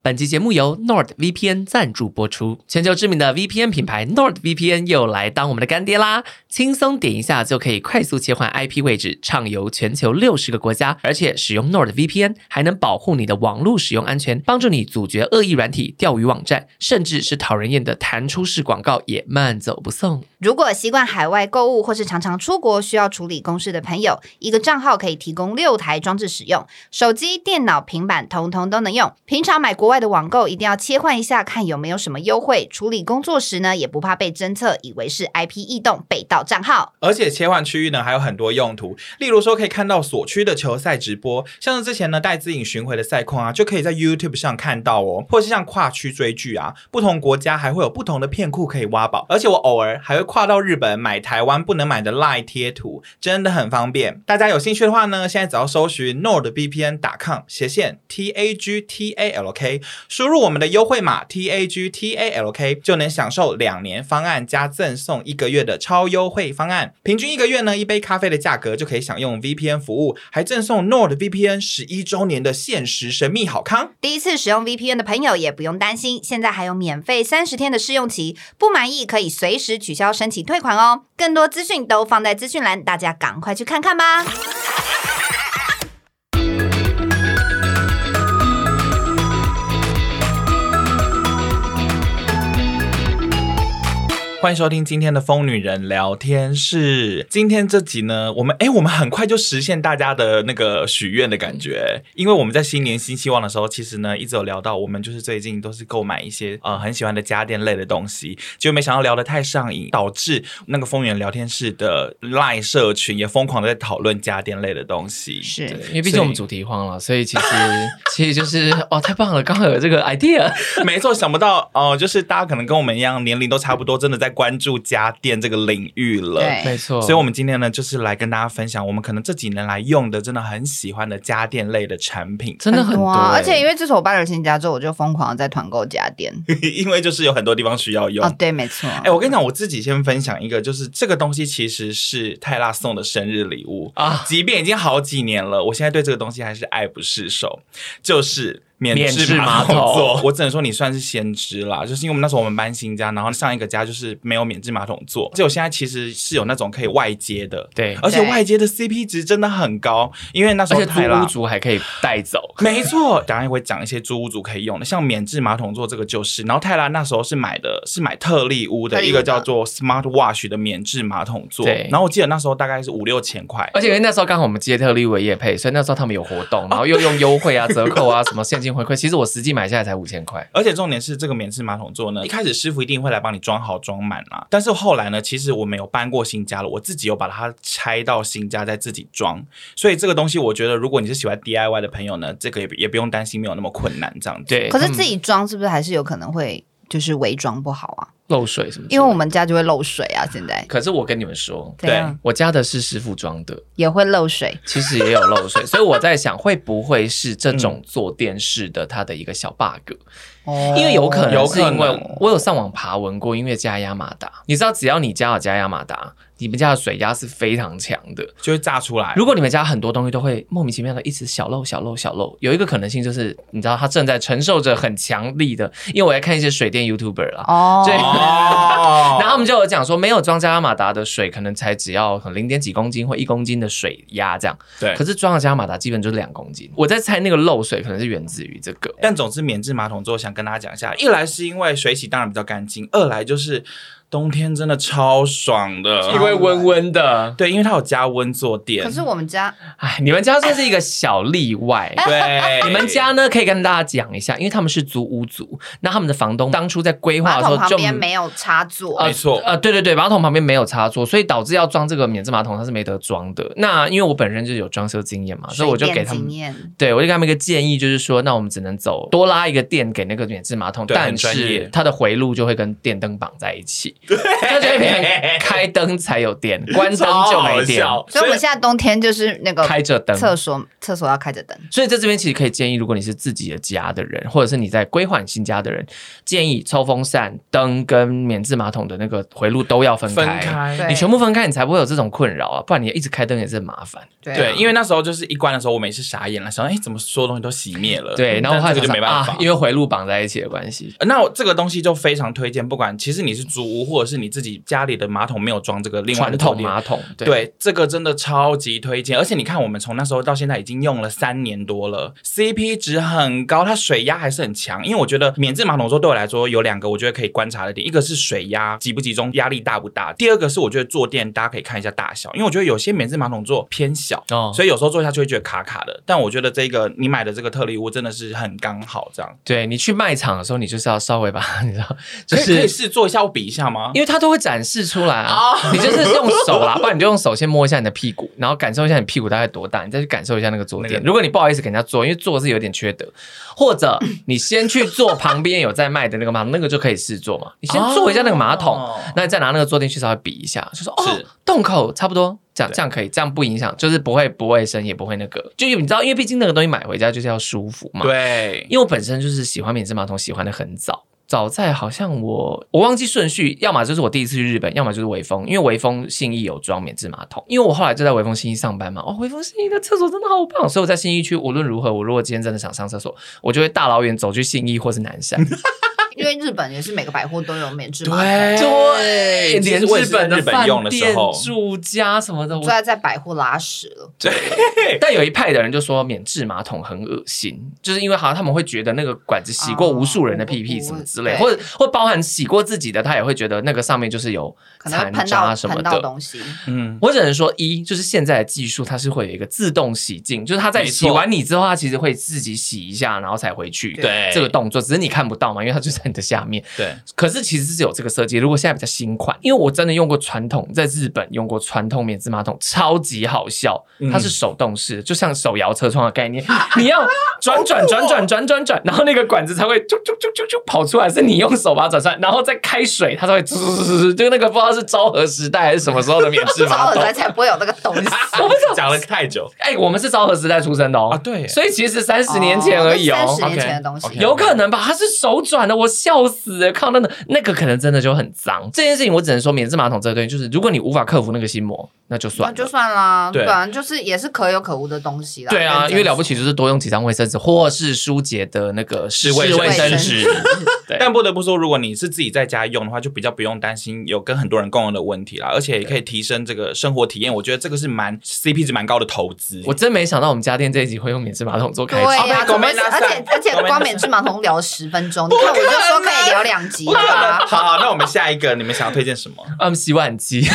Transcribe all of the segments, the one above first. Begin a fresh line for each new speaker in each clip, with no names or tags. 本期节目由 NordVPN 赞助播出。全球知名的 VPN 品牌 NordVPN 又来当我们的干爹啦！轻松点一下就可以快速切换 IP 位置，畅游全球六十个国家，而且使用 NordVPN 还能保护你的网络使用安全，帮助你阻绝恶意软体、钓鱼网站，甚至是讨人厌的弹出式广告也慢走不送。
如果习惯海外购物或是常常出国需要处理公事的朋友，一个账号可以提供六台装置使用，手机、电脑、平板通通都能用。平常买国外的网购一定要切换一下，看有没有什么优惠。处理工作时呢，也不怕被侦测以为是 IP 异动被盗账号。
而且切换区域呢还有很多用途，例如说可以看到所区的球赛直播，像是之前呢戴资颖巡回的赛况啊，就可以在 YouTube 上看到哦，或是像跨区追剧啊，不同国家还会有不同的片库可以挖宝，而且我偶尔还会跨到日本买台湾不能买的 Line 贴图，真的很方便。大家有兴趣的话呢，现在只要搜寻 nordvpn.com 斜线 t a g t a l k，输入我们的优惠码 T A G T A L K 就能享受两年方案加赠送一个月的超优惠方案，平均一个月呢一杯咖啡的价格就可以享用 VPN 服务，还赠送 Nord VPN 十一周年的限时神秘好康。
第一次使用 VPN 的朋友也不用担心，现在还有免费三十天的试用期，不满意可以随时取消申请退款哦。更多资讯都放在资讯栏，大家赶快去看看吧。
欢迎收听今天的疯女人聊天室。今天这集呢，我们哎，我们很快就实现大家的那个许愿的感觉，因为我们在新年新希望的时候，其实呢一直有聊到，我们就是最近都是购买一些呃很喜欢的家电类的东西，结果没想到聊得太上瘾，导致那个疯女人聊天室的 LINE 社群也疯狂的在讨论家电类的东 西。
是
对
因为毕竟我们主题慌了，所以其 实其实就是哇，太棒了，刚好有这个 idea。
没错，想不到哦、就是大家可能跟我们一样年龄都差不多，真的在关注家电这个领域了。
对
没错，
所以，我们今天呢，就是来跟大家分享我们可能这几年来用的，真的很喜欢的家电类的产品。
真的很多
啊
欸，
而且因为自从我搬了新家之后，我就疯狂地在团购家电。
因为就是有很多地方需要用。
哦，对，没错。
哎、我跟你讲，我自己先分享一个，就是这个东西其实是泰拉送的生日礼物
啊
啊，即便已经好几年了，我现在对这个东西还是爱不释手，就是。免
免治
治
马
马
桶
桶座，我只能说你算是先知啦，就是因为我们那时候我们搬新家，然后上一个家就是没有免治马桶座，而且我现在其实是有那种可以外接的，
对
而且
对
外接的 CP 值真的很高，因为那时
而
候
且租
泰拉
屋族还可以带走。
没错，等一下也会讲一些租屋族可以用的，像免治马桶座这个就是。然后泰拉那时候是买的是买特例屋
特
的
立屋
一
的
个叫做 Smart Wash 的免治马桶座，
对
然后我记得那时候大概是五六千块。
而且因为那时候刚好我们接特利维业配，所以那时候他们有活动，然后又用优惠啊、折扣啊、什么现金回馈。其实我实际买下来才五千块，
而且重点是，这个免治马桶座呢，一开始师傅一定会来帮你装好装满啦。但是后来呢，其实我没有搬过新家了，我自己有把它拆到新家再自己装。所以这个东西，我觉得如果你是喜欢 DIY 的朋友呢，这个也也不用担心没有那么困难这样 子。
对，
可是
他们
自己装是不是还是有可能会就是伪装不好啊？
漏水什么之类的？
因为我们家就会漏水啊，现在
可是我跟你们说，
怎样
我家的是师傅装的，
也会漏水。
其实也有漏 水，所以我在想会不会是这种做电视的它的一个小 bug？、
哦
因为有可能
有
是
可能
因为嗯哦我有上网爬文过，因为加压马达，你知道只要你家有加压马达，你们家的水压是非常强的。
就会炸出来。
如果你们家很多东西都会莫名其妙的一直小漏、小漏、小漏，有一个可能性就是，你知道它正在承受着很强力的，因为我在看一些水电 YouTuber 啦，
哦，
对
哦
然后他们就有讲说，没有装加拉马达的水，可能才只要零点几公斤或一公斤的水压这样。
对
可是装了加拉马达，基本就是两公斤。我在猜那个漏水可能是源自于这个。
但总之，免治马桶座想跟大家讲一下，一来是因为水洗当然比较干净，二来就是冬天真的超爽的，
因为温温的，
对，因为它有加温坐垫。
可是我们家
哎，你们家算是一个小例外。
对，
你们家呢，可以跟大家讲一下，因为他们是租屋族，那他们的房东当初在规划
马
的时
桶
候
旁
就
边没有插座，
没错
呃，对对对，马桶旁边没有插座，所以导致要装这个免治马桶，它是没得装的。那因为我本身就有装修经验嘛，所以我就
水
给
电
他们
经验。
对，我就给他们一个建议，就是说，那我们只能走多拉一个电给那个免治马桶，
对
但
很专
是
业
它的回路就会跟电灯绑在一起。就觉得别人开灯才有电，关灯就没电，
超好笑
所以我们现在冬天就是那个
开着灯。
厕所，厕所要开着灯。
所以在这边其实可以建议，如果你是自己的家的人，或者是你在规划你新家的人，建议抽风扇、灯跟免治马桶的那个回路都要分
分
开。
开。
对
你全部分开，你才不会有这种困扰啊！不然你一直开灯也是很麻烦。
对啊
对，因
为
为那时候就是一关的时候，我们也是傻眼了，想哎，诶怎么所有东西都熄灭了？
对，然后后
呃但
来
这个就
想
没
想
办法
啊，，因为回路绑在一起的关系。
那我这个东西就非常推荐，不管其实你是租屋，或者是你自己家里的马桶没有装这个另外
传
的
统
嘛，
马桶，对，
对，这个真的超级推荐。而且你看，我们从那时候到现在已经用了三年多了，CP 值很高，它水压还是很强。因为我觉得免治马桶说对我来说有两个我觉得可以观察的点，一个是水压集不集中，压力大不大；第二个是我觉得坐垫大家可以看一下大小，因为我觉得有些免治马桶座偏小。
哦，
所以有时候坐下去会觉得卡卡的，但我觉得这个你买的这个特例屋真的是很刚好，这样
对你去卖场的时候，你就是要稍微把你知道，就
可以可以
是
试坐一下，我比一下吗？
因为它都会展示出来
哦
啊，你就是用手啦，不然你就用手先摸一下你的屁股，然后感受一下你屁股大概多大，你再去感受一下那个坐
那
垫。
个
如果你不好意思给人家坐，因为坐是有点缺德，或者你先去坐旁边有在卖的那个马桶，那个就可以试坐嘛，你先坐一下那个马桶。
哦
那你再拿那个坐垫去稍微比一下，就说哦
是，
洞口差不多，这样
对
这样可以，这样不影响，就是不会不卫生，也不会那个，就你知道，因为毕竟那个东西买回家就是要舒服嘛。
对，
因为我本身就是喜欢免治马桶，喜欢的很早。早在好像我我忘记顺序，要么就是我第一次去日本，要么就是微风，因为微风信义有装免治马桶，因为我后来就在微风信义上班嘛，哦，微风信义的厕所真的好棒，所以我在信义区无论如何，我如果今天真的想上厕所，我就会大老远走去信义或是南 山，
因为日本也是每个百货都有免治马桶，
对
连
其实我也
日
是在
本的
日本
饭
用的时
店
候，
住家什么的，我
坐在在百货拉屎了。
但有一派的人就说免治马桶很恶心，就是因为好像他们会觉得那个管子洗过无数人的屁屁什么之类，
哦
或者或包含洗过自己的，他也会觉得那个上面就是有
可能会
残
喷
渣
到
什么
喷到
的。
东西，
嗯，
我只能说，一就是现在的技术，它是会有一个自动洗净，就是它在
没
洗
错
完你之后，它其实会自己洗一下，然后才回去。
对
这个动作，只是你看不到嘛，因为它就在你的下面。
对，
可是其实是有这个设计，如果现在比较新款，因为我真的用过传统，在日本用过传统免治马桶，超级好笑
嗯，
它是手动式的，就像手摇车窗的概 念，你要转转
啊
转转转转转，然后那个管子才会啾啾啾啾啾跑出来，是你用手把它转出来，然后再开水，它才会滋滋滋滋，就那个不知道是昭和时代还是什么时候的免治
超
马
耳
桶
塞。才不会有那个东西。
我不知道
讲了太久
哎、我们是昭和时代出生的哦，
啊对
所以其实三 十年前而已哦，
三十
OK，
年前的东西
OK
有可能吧，它是手转的，我笑死了！靠，那个那个可能真的就很脏。这件事情我只能说，免治马桶这个东西，就是如果你无法克服那个心魔，那就算
那
了。
就算啦，
对
对啊，就是也是可有可无的东西啦。
对啊，
认真
因为了不起就是多用几张卫生纸，或是舒洁的那个湿
卫
说
卫
生
生
纸
纸。对
但不得不说，如果你是自己在家用的话，就比较不用担心有跟很多人共用的问题啦，而且也可以提升这个生活体验。我觉得这个是蛮 CP 值蛮高的投资。
我真没想到我们家店这一集会用免治马桶做 开
对
场。
呀、
哦对
怎么会
狗妹拉
而且而且
狗妹拉
光免治马桶聊十分钟，你看我就说可以聊两集
啊不
啊
可能。啊
啦。
好好，那我们下一个，你们想要推荐什么？
嗯，洗碗机。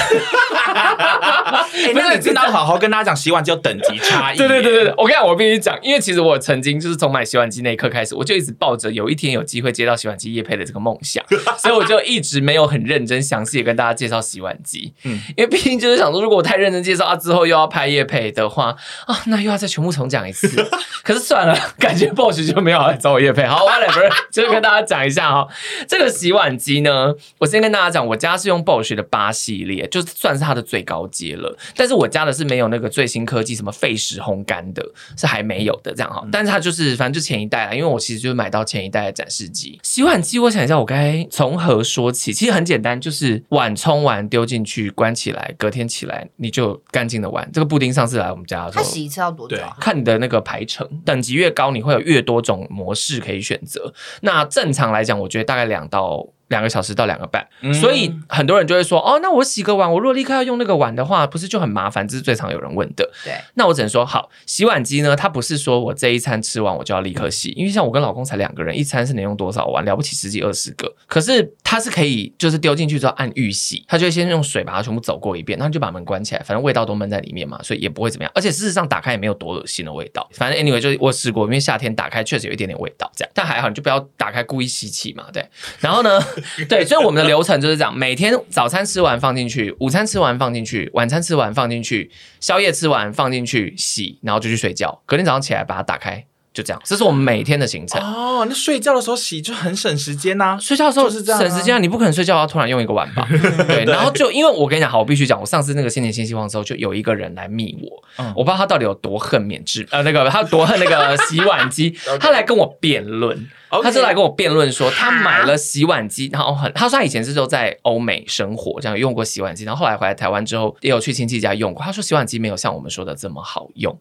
哎那你真的要好好跟大家讲，洗碗机有等级差 异。
对对对对，对，我跟你讲，我必须讲，因为其实我曾经就是从买洗碗机那一刻开始，我就一直抱着有一天有机会接到洗碗机业配的这个梦想，所以我就一直没有很认真详细的跟大家介绍洗碗机，
嗯
嗯，因为毕竟就是想说，如果我太认真介绍啊，之后又要拍业配的话啊，那又要再全部重讲一次， 可是算了，感觉 Boss 就没有来找我业配，好，whatever，就是跟大家讲一下哈、这个洗碗机呢，我先跟大家讲，我家是用 Bosch 的八系列，就算是它的最高阶了。但是我家的是没有那个最新科技，什么费时烘干的，是还没有的这样哈。但是它就是反正就前一代啦，因为我其实就是买到前一代的展示机。洗碗机，我想一下，我该从何说起？其实很简单，就是碗冲完丢进去，关起来，隔天起来你就有干净的碗。这个布丁上次来我们家的时
他
候，
洗一次要多久啊？
看你的那个排程，等级越高，你会有越多种模式可以选择。那正常来讲，我觉得大概两到两个小时到两个半，
嗯
所以很多人就会说，哦，那我洗个碗，我如果立刻要用那个碗的话，不是就很麻烦？这是最常有人问的。
对，
那我只能说，好，洗碗机呢，它不是说我这一餐吃完我就要立刻洗，因为像我跟老公才两个人，一餐是能用多少碗？了不起十几二十个，可是它是可以就是丢进去之后按预洗，它就会先用水把它全部走过一遍，然后就把门关起来，反正味道都闷在里面嘛，所以也不会怎么样。而且事实上打开也没有多恶心的味道，反正 anyway 就是我试过，因为夏天打开确实有一点点味道，这样，但还好你就不要打开故意吸气嘛，对。然后呢， 对，所以我们的流程就是这样：每天早餐吃完放进去，午餐吃完放进去，晚餐吃完放进去，宵夜吃完放进去洗，然后就去睡觉。隔天早上起来把它打开，就这样，这是我们每天的行程。
哦，那睡觉的时候洗就很省时间呐、
睡觉的时候
就是这样啊
省时间啊，你不可能睡觉要突然用一个碗 吧？对，然后就因为我跟你讲，好，我必须讲，我上次那个新年新希望之后，就有一个人来密我，
嗯
我不知道他到底有多恨免治，呃，那个他多恨那个洗碗 机，他来跟我辩论，
OK
他就来跟我辩论说，他买了洗碗机，然后很，他说他以前是都在欧美生活，这样用过洗碗机，然后后来回来台湾之后，也有去亲戚家用过，他说洗碗机没有像我们说的这么好用，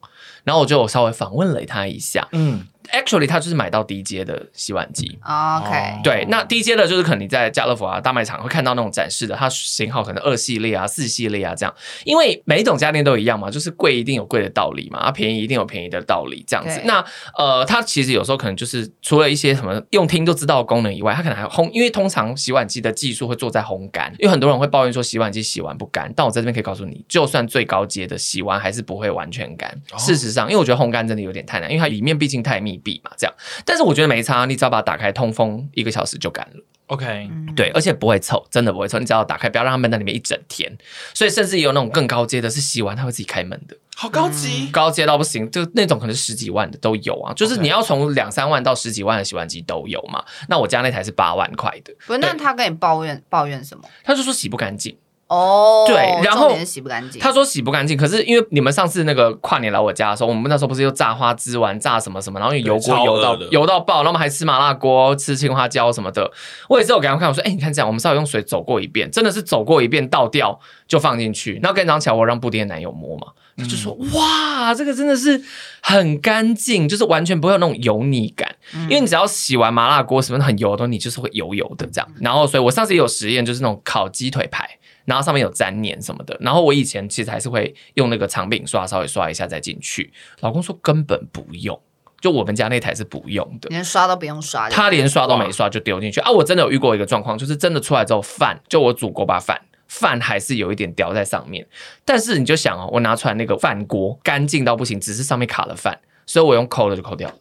然后我就有稍微访问了他一下
嗯，
，actually 他就是买到低阶的洗碗机。
OK，
对，那低阶的就是可能你在家乐福啊、大卖场会看到那种展示的，它型号可能二系列啊、四系列啊这样，因为每一种家电都一样嘛，就是贵一定有贵的道理嘛，啊便宜一定有便宜的道理这样子
对。
那呃，它其实有时候可能就是除了一些什么用听就知道的功能以外，它可能还有烘，因为通常洗碗机的技术会做在烘干，因为很多人会抱怨说洗碗机洗完不干，但我在这边可以告诉你，就算最高阶的洗完还是不会完全干。
哦
事实上，因为我觉得烘干真的有点太难，因为它里面毕竟太密闭嘛，这样。但是我觉得没差，你只要把它打开通风，一个小时就干了。
OK，
嗯
对，而且不会臭，真的不会臭。你只要打开，不要让它闷在里面一整天。所以甚至也有那种更高阶的，是洗完它会自己开门的，
好高级，
高阶到不行，就那种可能十几万的都有啊。就是
OK
你要从两三万到十几万的洗碗机都有嘛。那我家那台是八万块的，
不是，那
对
他跟你抱怨抱怨什么？
他就说洗不干净。
哦，
对然后
重点是洗不干净。
他说洗不干净，可是因为你们上次那个跨年来我家的时候，我们那时候不是又炸花枝丸、炸什么什么，然后油锅
对
油
超
到
饿的
油到爆，然后我们还吃麻辣锅、吃青花椒什么的。我也是有给他们看，我说：“哎、你看这样，我们稍微用水走过一遍，真的是走过一遍倒掉就放进去。”然后跟张巧我让布丁的男友摸嘛，他
嗯
就说：“哇，这个真的是很干净，就是完全不会有那种油腻感。
嗯
因为你只要洗完麻辣锅什么很油的东西，你就是会油油的这样。然后，所以我上次也有实验，就是那种烤鸡腿排。”然后上面有粘黏什么的。然后我以前其实还是会用那个长柄刷稍微刷一下再进去。老公说根本不用，就我们家那台是不用的。
连刷都不用刷，
他连刷都没刷就丢进去啊！我真的有遇过一个状况，就是真的出来之后饭，就我煮锅巴饭，饭还是有一点掉在上面。但是你就想哦，我拿出来那个饭锅干净到不行，只是上面卡了饭，所以我用抠的就抠掉了，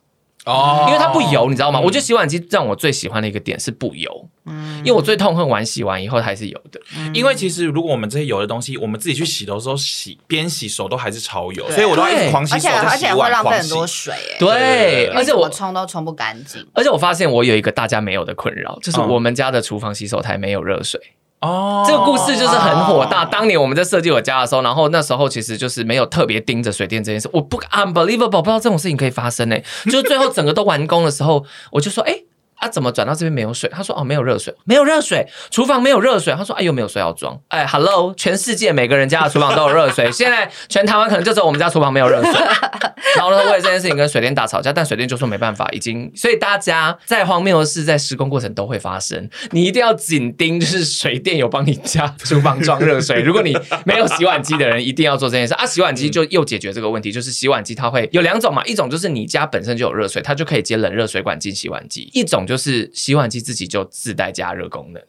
哦
因为它不油，你知道吗？我觉得洗碗机让我最喜欢的一个点是不油，
嗯
因为我最痛恨碗洗完以后它还是油的。
因为其实如果我们这些油的东西，我们自己去洗头的时候洗，边洗手都还是超油，
对
所以我都要一直狂洗
而
手，
且而
就
且
洗
会
碗
浪费
狂
很
洗。
多水耶，
对，
对
而且
因为
我
怎么冲都冲不干净。
而且我发现我有一个大家没有的困扰，就是
嗯
我们家的厨房洗手台没有热水。
哦，
这个故事就是很火大。
哦
当年我们在设计我家的时候，然后那时候其实就是没有特别盯着水电这件事，我不 unbelievable，不知道这种事情可以发生呢、就是最后整个都完工的时候，我就说，哎、啊，怎么转到这边没有水？他说哦，没有热水，没有热水，厨房没有热水。他说哎，又没有水要装。哎，Hello，全世界每个人家的厨房都有热水，现在全台湾可能就只有我们家厨房没有热水。然后呢，为了这件事情跟水电大吵架，但水电就说没办法，已经。所以大家在荒谬的事在施工过程都会发生，你一定要紧盯，就是水电有帮你家厨房装热水。如果你没有洗碗机的人，一定要做这件事啊。洗碗机就又解决这个问题，就是洗碗机它会有两种嘛，一种就是你家本身就有热水，它就可以接冷热水管进洗碗机；一种就是洗碗机自己就自带加热功能。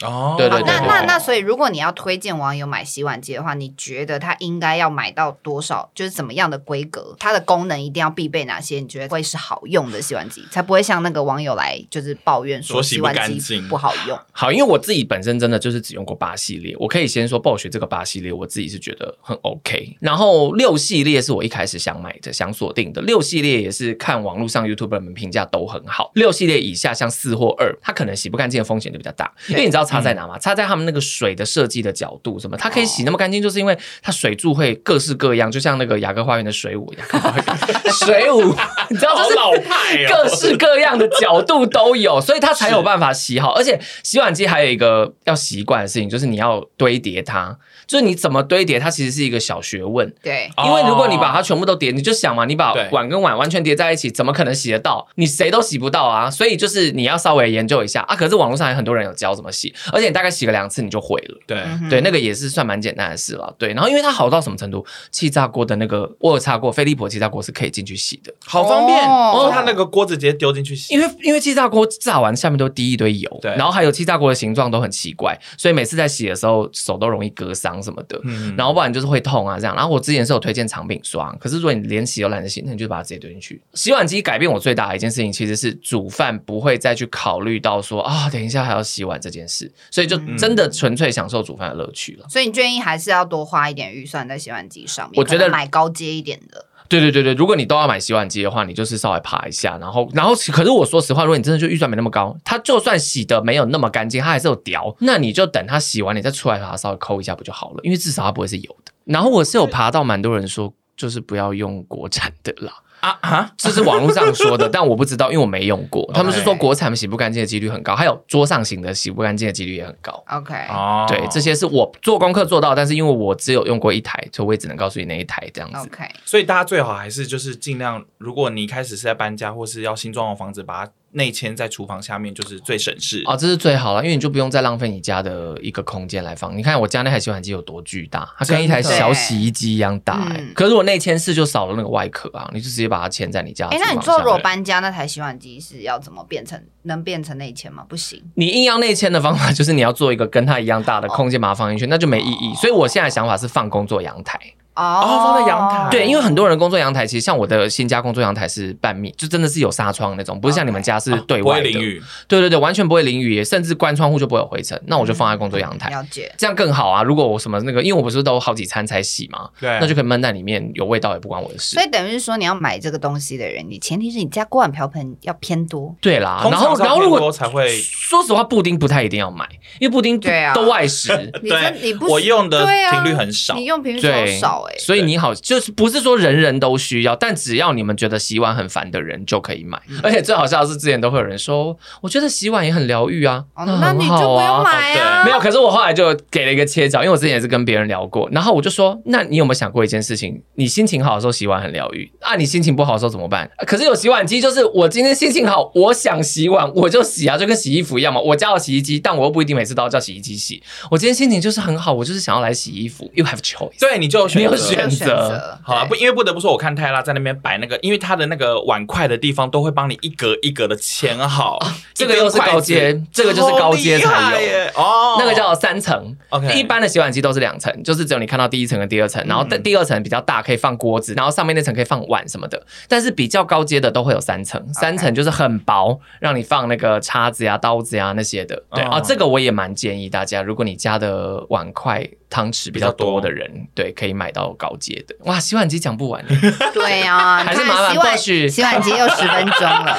哦，
对
好
对，对
那
对
那那，所以如果你要推荐网友买洗碗机的话，你觉得它应该要买到多少？就是怎么样的规格？它的功能一定要必备哪些？你觉得会是好用的洗碗机，才不会像那个网友来就是抱怨
说洗
洗
不
碗
干
机
净
不好用。
好，因为我自己本身真的就是只用过八系列，我可以先说暴雪这个八系列，我自己是觉得很 OK。然后六系列是我一开始想买的、想锁定的，六系列也是看网络上 YouTuber 们评价都很好。六系列以下像四或二，它可能洗不干净的风险就比较大，因为你知道差在哪吗？差在他们那个水的设计的角度，什么它可以洗那么干净，就是因为它水柱会各式各样，就像那个雅各花园的水舞一样， 水舞，你知道
好
就是
老派哦，
各式各样的角度都有， 所以它才有办法洗好。而且洗碗机还有一个要习惯的事情，就是你要堆叠它，就是你怎么堆叠它，其实是一个小学问。
对，
哦
因为如果你把它全部都叠，你就想嘛，你把
对
碗跟碗完全叠在一起，怎么可能洗得到？你谁都洗不到啊！所以就是你要稍微研究一下啊。可是网络上有很多人有教怎么洗，而且你大概洗个两次你就会了。
对，
嗯哼
对，那个也是算蛮简单的事了。对，然后因为它好到什么程度，气炸锅的那个我有擦过，飞利浦气炸锅是可以进去洗的。
好方便。
哦
哦，它那个锅子直接丢进去洗，
因为因为气炸锅炸完下面都滴一堆油，
对
然后还有气炸锅的形状都很奇怪，所以每次在洗的时候手都容易割伤什么的，
嗯
然后不然就是会痛啊这样。然后我之前是有推荐长柄刷，可是如果你连洗都懒得洗，那你就把它直接丢进去。洗碗机改变我最大的一件事情其实是煮饭不会再去考虑到说啊等一下还要洗碗这件事，所以就
嗯
真的纯粹享受煮饭的乐趣了。
所以你建议还是要多花一点预算在洗碗机上面，
我觉得
可能买高阶一点的。
对对对对，如果你都要买洗碗机的话，你就是稍微爬一下，然后然后可是我说实话，如果你真的就预算没那么高，它就算洗的没有那么干净，它还是有屌，那你就等它洗完你再出来把它稍微抠一下不就好了？因为至少它不会是油的。然后我是有爬到蛮多人说，就是不要用国产的啦。
啊啊！
这是网络上说的，但我不知道，因为我没用过。他们是说国产洗不干净的几率很高，还有桌上型的洗不干净的几率也很高。
OK，
哦
对，这些是我做功课做到，但是因为我只有用过一台，所以我也只能告诉你那一台这样子。
OK，
所以大家最好还是就是尽量，如果你一开始是在搬家或是要新装潢房子，把它内嵌在厨房下面，就是最省事。
哦，这是最好了，因为你就不用再浪费你家的一个空间来放。你看我家那台洗碗机有多巨大，它跟一台
真的
小洗衣机一样大、欸。
嗯
可是如果内嵌式就少了那个外壳啊，你就直接把它嵌在你家的
哎、
厨
那
房
你
下
做
面
裸搬家那台洗碗机是要怎么变成能变成内嵌吗？不行，
你硬要内嵌的方法就是你要做一个跟它一样
哦
大的空间把它放进去，那就没意义。所以我现在想法是放工作阳台，
哦
放在阳台
对，因为很多人工作阳台，其实像我的新家工作阳台是半面，就真的是有纱窗那种，不是像你们家是对
哦不
外
会
的。
淋雨，
对对对，完全不会淋雨，甚至关窗户就不会有灰尘。那我就放在工作阳台，
嗯了解。
这样更好啊。如果我什么那个，因为我不是都有好几餐才洗嘛，
对，
那就可以闷在里面，有味道也不关我的事
所。以等于是说，你要买这个东西的人，你前提是你家锅碗瓢盆要偏多。
对啦，
通
然
常
后
照
然后
片
如
多
果
才会
说实话，布丁不太一定要买，因为布丁
对啊
都外 食。
你这
对
你不
我用的
对啊
频率很少
你用频率超
对，
少哎、
所以你好，就是不是说人人都需要，但只要你们觉得洗碗很烦的人就可以买。
嗯
而且最好笑的是，之前都会有人说，我觉得洗碗也很疗愈啊，
哦，
很
那你就
好
不用
啊。
买啊。
没有，可是我后来就给了一个切角，因为我之前也是跟别人聊过，然后我就说，那你有没有想过一件事情？你心情好的时候洗碗很疗愈，啊，你心情不好的时候怎么办？可是有洗碗机，就是我今天心情好，我想洗碗我就洗啊，就跟洗衣服一样嘛。我家有洗衣机，但我又不一定每次都要叫洗衣机洗。我今天心情就是很好，我就是想要来洗衣服。You have choice。
对，你就有选
你有
择。
选
就
择
好了，
对
不，因为不得不说，我看泰拉在那边摆那个，因为他的那个碗筷的地方都会帮你一格一格的签好，
这个哦又是高
一根筷
阶
子，，
这个就是高阶
好厉
才
害
有。
耶哦，
那个叫三层
OK
一般的洗碗机都是两层，就是只有你看到第一层跟第二层，然后第第二层比较大，可以放锅子，然后上面那层可以放碗什么的。但是比较高阶的都会有三层，三层就是很薄，让你放那个叉子呀、啊刀子呀那些的。对
哦
啊，这个我也蛮建议大家，如果你家的碗筷、汤匙比较多的人，对，可以买到高阶的。哇，洗碗机讲不完，
对 啊，
还是
你看
麻烦
洗碗
Bosch
洗碗机又十分钟了。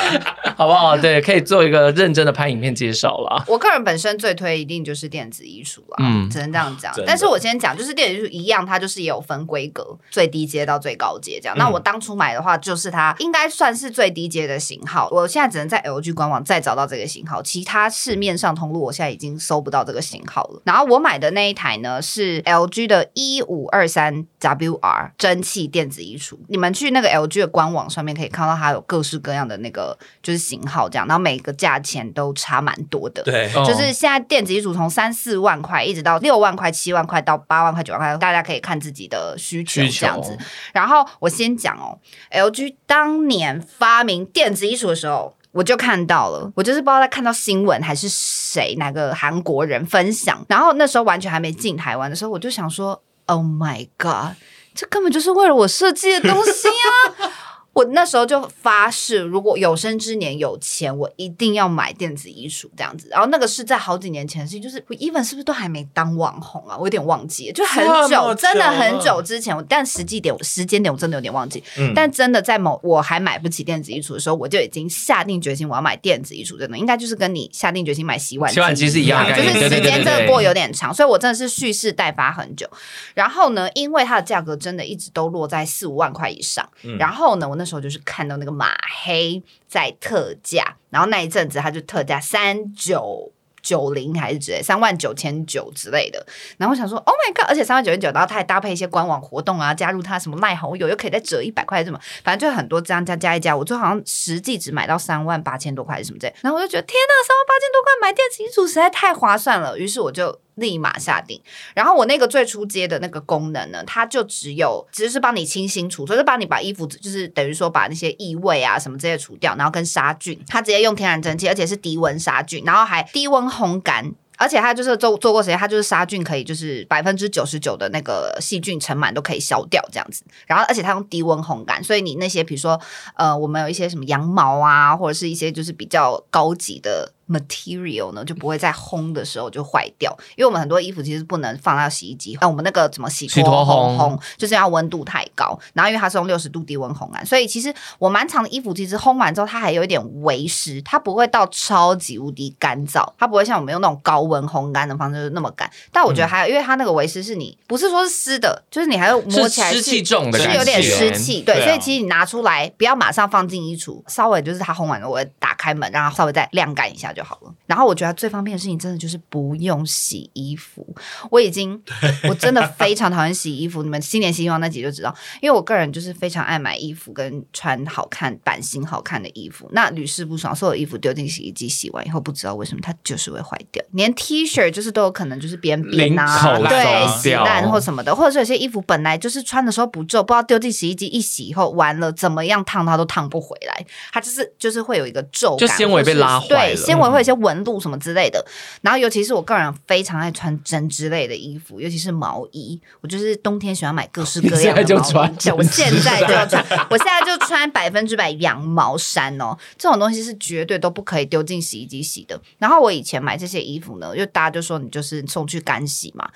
好不好？对，可以做一个认真的拍影片介绍啦。
我个人本身最推一定就是电子衣橱啦，
嗯
只能这样讲
真的。
但是我先讲，就是电子衣橱一样，它就是也有分规格，最低阶到最高阶这
嗯
样。那我当初买的话，就是它应该算是最低阶的型号。我现在只能在 LG 官网再找到这个型号，其他市面上通路我现在已经搜不到这个型号了。然后我买的那一台呢是 LG 的一五二三 WR 蒸汽电子衣橱，你们去那个 LG 的官网上面可以看到它有各式各样的那个就是型号这样，然后每个价钱都差蛮多的。
对，
哦
就是现在电子一组从三四万块一直到六万块、七万块到八万块、九万块，大家可以看自己的需求
需求
这样子。然后我先讲哦，LG 当年发明电子艺术的时候。我就看到了，我就是不知道在看到新闻还是谁哪个韩国人分享，然后那时候完全还没进台湾的时候，我就想说，Oh my god，这根本就是为了我设计的东西啊！ 我那时候就发誓，如果有生之年有钱，我一定要买电子艺术这样子。然后那个是在好几年前的事情，就是我 even 是不是都还没当网红啊？我有点忘记了，就很
这
久，
么
真的
久
很
了
久之前。我但实际点时间点我真的有点忘记。
嗯
但真的在某我还买不起电子衣橱的时候，我就已经下定决心我要买电子衣橱，真的应该就是跟你下定决心买洗碗
洗碗机是一
样的
就是
概念
时
对对对
间真
对
的
对
过有点长，所以我真的是蓄势待发很久。然后呢，因为它的价格真的一直都落在四五万块以上，
嗯
然后呢，我那时候就是看到那个马黑在特价，然后那一阵子它就特价三九。九零还是之类，三万九千九之类的。然后我想说，Oh my god！而且三万九千九，然后它还搭配一些官网活动啊，加入它什么赖好友，又可以再折一百块什么，反正就很多这样加加一加，我最后好像实际只买到三万八千多块还是什么之类。然后我就觉得，天呐，三万八千多块买电子衣橱实在太划算了，于是我就立马下定。然后我那个最初阶的那个功能呢，它就只有只是帮你清新除，所以就帮你把衣服就是等于说把那些异味啊什么这些除掉，然后跟杀菌，它直接用天然蒸汽，而且是低温杀菌，然后还低温烘干。而且它就是做做过实验，它就是杀菌可以就是百分之九十九的那个细菌尘螨都可以消掉这样子。然后而且它用低温烘干，所以你那些比如说呃，我们有一些什么羊毛啊，或者是一些就是比较高级的 material 呢，就不会在烘的时候就坏掉。因为我们很多衣服其实不能放到洗衣机，那、呃我们那个怎么洗
洗脱
脱烘
烘
烘，就是要温度太高。然后因为它是用六十度低温烘干，所以其实我蛮长的衣服，其实烘完之后它还有一点微湿，它不会到超级无敌干燥，它不会像我们用那种高温烘干的方式就是那么干。但我觉得
嗯
还有，因为它那个微湿是你不是说是湿的，就是你还要摸
是
起来
湿气重的
是
感觉，
有点湿气，对，
对啊
所以其实你拿出来不要马上放进衣橱，稍微就是它烘完了，我会打开门让它稍微再晾干一下就好了。然后我觉得最方便的事情真的就是不用洗衣服，我已经我真的非常讨厌洗衣服，你们新年新希望那集就知道，因为我个人就是非常爱买衣服跟穿好看版型好看的衣服，那屡试不爽，所有衣服丢进洗衣机洗完以后，不知道为什么它就是会坏掉，连 T 恤就是都有可能就是边边啊，
领口
对，
松
洗烂
掉
或什么的，或者是有些衣服本来就是穿的时候不皱，不知道丢进洗衣机一洗以后，完了怎么样烫它都烫不回来，它就是就是会有一个皱感，
就纤维被拉
或是
坏了嗯
对，纤维会有一些纹路什么之类的。然后尤其是我个人非常爱穿针织类的衣服，尤其是毛衣，我就是冬天喜欢买各式各样 的毛衣。
你现在就穿
对我现在就 要穿，我现在就穿百分之百羊毛衫哦，这种东西是绝对都不可以丢进洗衣机洗的。然后我以前买这些衣服呢，就大家就说你就是送去干洗嘛。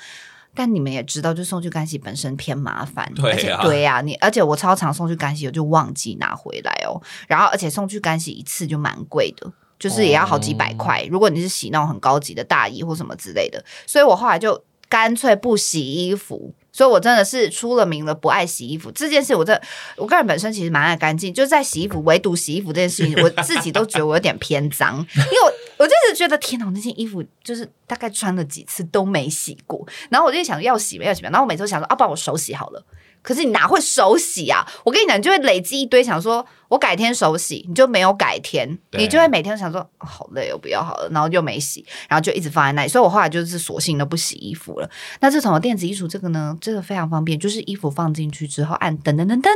但你们也知道，就送去干洗本身偏麻烦，
对啊
而且对呀、你而且我超常送去干洗，我就忘记拿回来哦。然后而且送去干洗一次就蛮贵的，就是也要好几百块。如果你是洗那种很高级的大衣或什么之类的，所以我后来就干脆不洗衣服。所以我真的是出了名了，不爱洗衣服这件事，我这我个人本身其实蛮爱干净，就是在洗衣服，唯独洗衣服这件事情，我自己都觉得我有点偏脏，因为我我就是觉得天哪，我那件衣服就是大概穿了几次都没洗过，然后我就想要洗没有洗没有，然后我每次都想说，啊，不然我手洗好了。可是你哪会手洗啊？我跟你讲，你就会累积一堆，想说我改天手洗，你就没有改天，
对
你就会每天都想说、哦好累哦，不要好了，然后就没洗，然后就一直放在那里。所以我后来就是索性都不洗衣服了。那这种电子衣橱这个呢， 这个非常方便，就是衣服放进去之后按噔噔噔噔，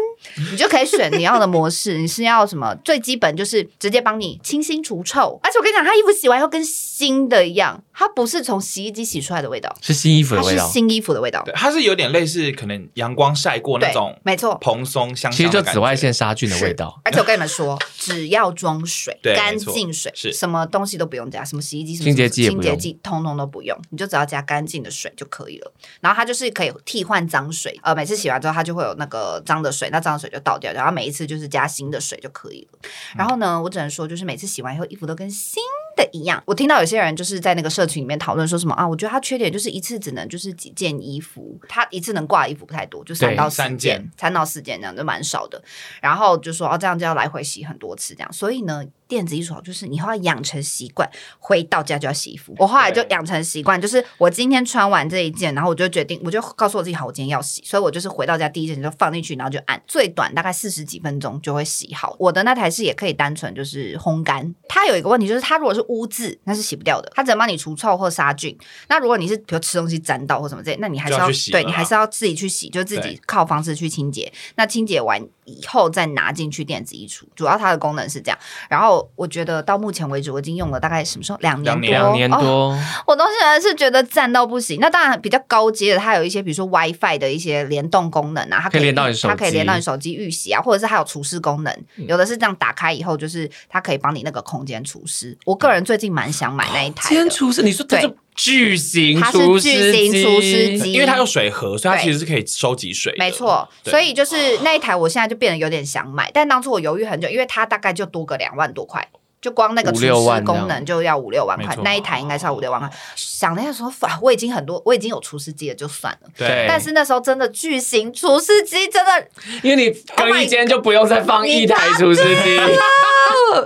你就可以选你要的模式。你是要什么？最基本就是直接帮你清新除臭。而且我跟你讲，它衣服洗完以后跟新的一样，它不是从洗衣机洗出来的味道，
是新衣服
它
的味
是
道，
新衣服的味道。
对，它是有点类似可能阳光晒过那
对
种，
没错。
蓬松香
其
香
实
的
就
感
紫外
觉
线杀菌的
是
味道。
而且我跟你们 说，只要装水，
对
干
没错
净水，
是
什么东西都不用加，什么洗衣机、什么
清洁剂也
清
不
洁
用
剂，通通都不用，你就只要加干净的水就可以了。然后它就是可以替换脏水，呃，每次洗完之后它就会有那个脏的水，那脏的水就倒掉，然后每一次就是加新的水就可以
嗯
了。然后呢，我只能说，就是每次洗完以后，衣服都跟新。的一样，我听到有些人就是在那个社群里面讨论说什么啊，我觉得它缺点就是一次只能就是几件衣服，它一次能挂的衣服不太多，就三
对
到四
三
件
件，
三到四件这样就蛮少的。然后就说哦，这样就要来回洗很多次这样。所以呢，电子衣橱就是你后来养成习惯，回到家就要洗衣服。我后来就
对
养成习惯，就是我今天穿完这一件，然后我就决定，我就告诉我自己好，我今天要洗。所以我就是回到家第一件就放进去，然后就按最短大概四十几分钟就会洗好。我的那台是也可以单纯就是烘干，它有一个问题就是它如果是污渍，那是洗不掉的，它只能帮你除臭或杀菌。那如果你是比如吃东西沾到或什么之类，那你还是
就要
要
去洗
对
了
你还
啦
是要自己去洗，就自己
对
靠方式去清洁。那清洁完以后再拿进去电子衣橱，主要它的功能是这样。然后我觉得到目前为止，我已经用了大概什么时候两年
两
多，
年
两年
哦
多，
我当时是觉得赞到不行。那当然比较高阶的，它有一些比如说 WiFi 的一些联动功能啊，它
可以连到你手机嗯
它可以连到你手机预洗啊，或者是还有除湿功能。有的是这样打开以后，就是它可以帮你那个空间除湿。我个人最近蛮想买那一台
今天
的。
厨师，你说它是
对
巨型
它是
厨
巨
师
型
机，
除湿机
因为它有水盒，所以它
对
其实是可以收集水的。
没错，
对
所以就是那一台，我现在就变得有点想买，但当初我犹豫很久，因为它大概就多个两万多块，就光那个
五
除
六
湿
万这样
功能就要五六万块
没，错
那一台应该是要五六万块。想了一下说，哇，我已经很多，我已经有除湿机了，就算了。
对
但是那时候真的巨型除湿机真 的
因为你更衣间就不用再放一台厨师机，
啊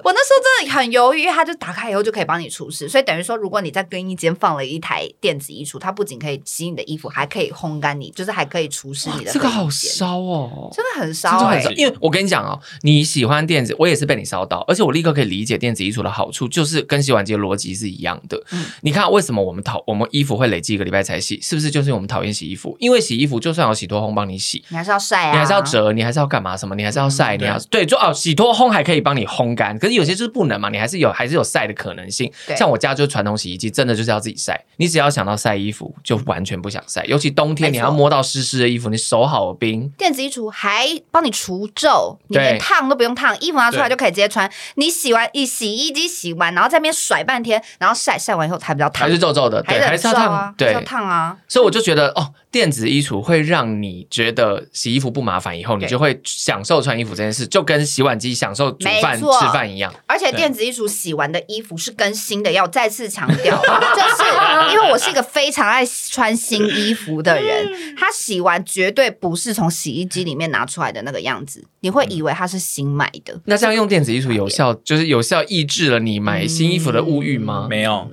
我那时候真的很犹豫，因为它就打开以后就可以帮你除湿，所以等于说，如果你在更衣间放了一台电子衣橱，它不仅可以洗你的衣服，还可以烘干你，就是还可以除湿你的。
这个好，烧哦。
真的很烧、
真的
欸，
很烧，因为我跟你讲哦，你喜欢电子，我也是被你烧到，而且我立刻可以理解电子衣橱的好处，就是跟洗碗机的逻辑是一样的。
嗯
你看为什么我们讨我们衣服会累积一个礼拜才洗，是不是就是因为我们讨厌洗衣服？因为洗衣服就算有洗脱烘帮你洗，
你还是要晒啊，
你还是要折，你还是要干嘛什么，你还是要晒，
嗯
你还是对，就哦，洗脱烘还可以帮你烘烘干，可是有些就是不能嘛，你还是有还是有晒的可能性。
对
像我家就是传统洗衣机，真的就是要自己晒。你只要想到晒衣服，就完全不想晒，尤其冬天
没
你
错
要摸到湿湿的衣服，你手好冰。
电子衣橱还帮你除皱，你
对
连烫都不用烫，衣服拿出来就
对
可以直接穿。你洗完，你洗衣机洗完，然后在那边甩半天，然后晒晒完以后还比较烫
还，是皱皱的，对，还
还
是
是很
要
皱
烫，
啊，还是
对
要，烫啊。
所以我就觉得哦，电子衣橱会让你觉得洗衣服不麻烦，以后你
对
就会享受穿衣服这件事，就跟洗碗机享受煮饭
没错
吃饭一样。
而且
对
电子衣橱洗完的衣服是跟新的，要再次强 调，就是因为我是一个非常爱穿新衣服的人，它洗完绝对不是从洗衣机里面拿出来的那个样子，你会以为它是新买的。
那这样用电子衣橱有效，就是有效抑制了你
嗯
买新衣服的物欲吗？
没有，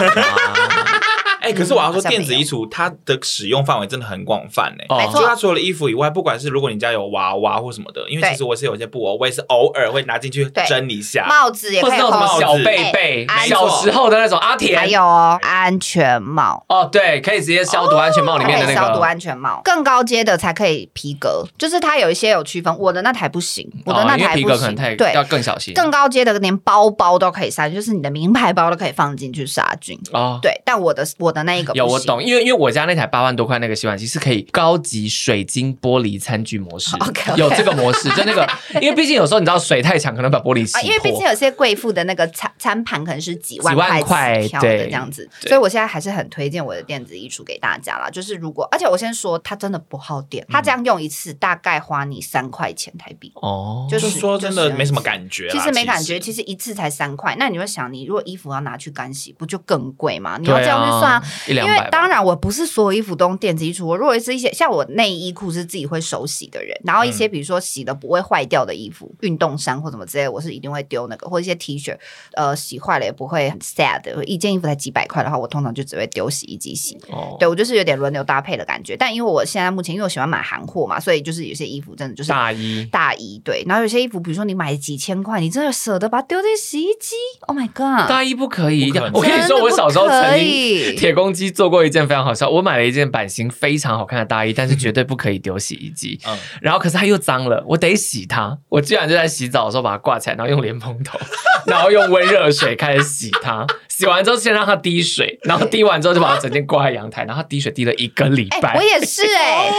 嗯啊
哎、可是我要
好
说，
像没有
电子衣橱它的使用范围真的很广泛
哦
呢、
没
哦就
错
它除了衣服以外，不管是如果你家有娃娃或什么的，因为
对
其实我是有一些布偶，我也是偶尔会拿进去
对
蒸一下。
帽子也
或
可
是
以
那种
烘，
小贝贝
哎，没
小
错
时候的那种阿
还
田。
有哦安全帽。
哦，对，可以直接消毒安全帽哦里面的
它可以
那
哦消毒
个。
安全帽，更高阶的才可以皮革，就是它有一些有区分，我的那台不行，我的那
哦因为
台
皮
不
革可
行，
能太要
对。
更小心。
更高阶的连包包都可以杀菌，就是你的名牌包都可以放进去杀菌。
哦，
对，但我的我的那一个不
有我
行。
懂，因为因为我家那台八万多块那个洗碗机是可以高级水晶玻璃餐具模式
OK，OK
有这个模式，就那 个，因为毕竟有时候你知道水太强，可能把玻璃洗
啊，因为毕
破
竟。有些贵妇的那个餐餐盘可能是几万
几万块
块起跳的
对
这样子，
对
所以我现在还是很推荐我的电子衣橱给大家啦。就是如果，而且我先说，它真的不耗电，它这样用一次大概花你三块钱台币，
哦，
就
就是说真
就是
的
这样
没什么
子
感觉啦，
其实没感觉，其实一次才三块，那你会想，你如果衣服要拿去干洗，不就更贵吗？你要这样去算啊。
一
因
两百
为
吧。
当然，我不是所有衣服都用电子衣橱。我如果是一些像我内衣裤是自己会手洗的人，然后一
嗯
些比如说洗的不会坏掉的衣服，运动衫或什么之类，我是一定会丢那个，或一些 T 恤，呃，洗坏了也不会很 sad。一件衣服才几百块的话，我通常就只会丢洗衣机洗。
哦，
对我就是有点轮流搭配的感觉，但因为我现在目前因为我喜欢买韩货嘛，所以就是有些衣服真的就是
大衣
大衣对，然后有些衣服，比如说你买几千块，你真的舍得把它丢进洗衣机？Oh my god！
大衣不可以，
不可能
我跟你说，我小时候曾经。
经。
铁公鸡做过一件非常好笑，我买了一件版型非常好看的大衣，但是绝对不可以丢洗衣机。
嗯，
然后可是它又脏了，我得洗它。我居然就在洗澡的时候把它挂起来，然后用莲蓬 头，然后用温热水开始洗它。洗完之后先让它滴水，然后滴完之后就把它整件挂在阳台，然后它滴水滴了一个礼
哎、
拜。
我也 是哎、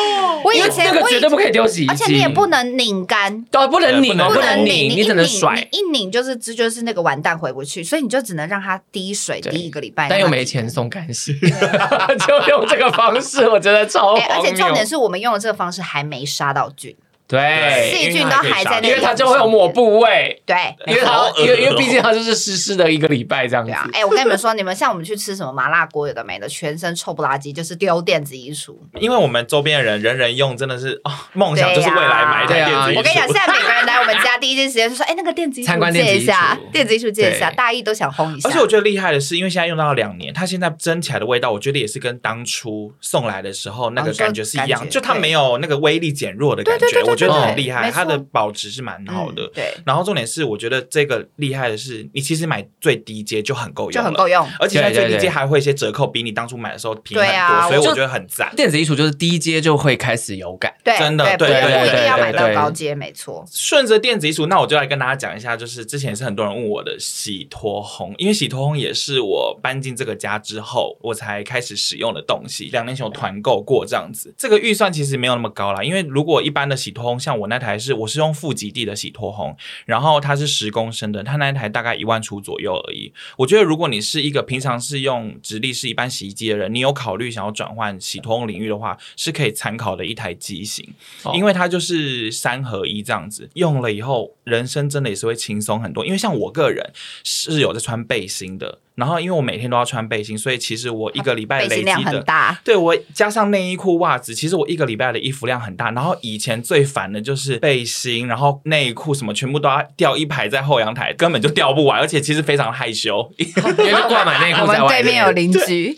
我以
因为
前
那个
我
绝
以
对不可以丢洗衣机，
而且你也不能拧干。
对，不能拧哦，
不
不
能
能拧，
你
你
一
只能
拧
甩。
你一拧就是这就是那个完蛋回不去，所以你就只能让它滴水
对
滴一个礼拜，
但又
让它
没
滴。
钱送干洗， 就用这个方式，我觉得超
哎、
荒
而且重
谬
点。是我们用的这个方式还没杀到菌，
对，
细
因
菌
为
都
它可以
还在
杀
那里，
因为它就会有抹。布味，
对，
因为
好
它
恶
因为因为
哦
毕竟它就是湿湿的一个礼拜这样子
对。啊，哎、我跟你们说，你们像我们去吃什么麻辣锅，有的没的，全身臭不拉几，就是丢电子衣橱。
因为我们周边的人人人用，真的是啊，梦、想就是未来买一
对
台
啊
电 子衣橱。
我跟你讲，现在每个人来我们家，第一件时间就说：“哎、那个电子衣
参观
橱
电子
借一下
衣橱，
电子衣橱借一下。”
对
大家一都想烘一下。
而且我觉得厉害的是，因为现在用到了两年，它现在蒸起来的味道，我觉得也是跟当初送来的时候那
哦
个
你说
感觉是一
感
样，
觉
就它没有那个威力减弱的感
对对
觉，
对对
我觉得很厉
对
害，
没错
它的保值是蛮好的
嗯。对，
然后重点是，我觉得这个厉害的是，你其实买最低阶就很够
就
用
很
了，
够用。
而且现在最低
对对对
阶还会一些折扣，比你当初买的时候便宜
对啊
很多，所以
我
我觉得很赞。
电子衣橱就是低阶就会开始有 感，
对，
真的
对，
对
不
对
不一定
对
要买到
对
高阶，没错。
顺着电子衣橱，那我就来跟大家讲一下，就是之前也是很多人问我的洗脱烘，因为洗脱烘也是我搬进这个家之后我才开始使用的东西。两年前我团购过这样子，这个预算其实没有那么高啦，因为如果一般的洗脱烘，像我那台是我是用富极地的洗脱烘，然后它是十公升的，它那一台大概一万出左右而已。我觉得如果你是一个平常是用直立式一般洗衣机的人，你有考虑想要转换洗脱烘领域的话，是可以参考的一台机型。
哦
因为它就是三合一这样子，用了以后人生真的也是会轻松很多。因为像我个人是有在穿背心的，然后因为我每天都要穿背心，所以其实我一个礼拜
背
累
心量
积
很
的。
大，
对我加上内衣裤、袜子，其实我一个礼拜的衣服量很大。然后以前最烦的就是背心，然后内裤什么全部都要吊一排在后阳台，根本就吊不完，而且其实非常害羞。
因为就挂满内
我
裤在
们
外
对面有邻居，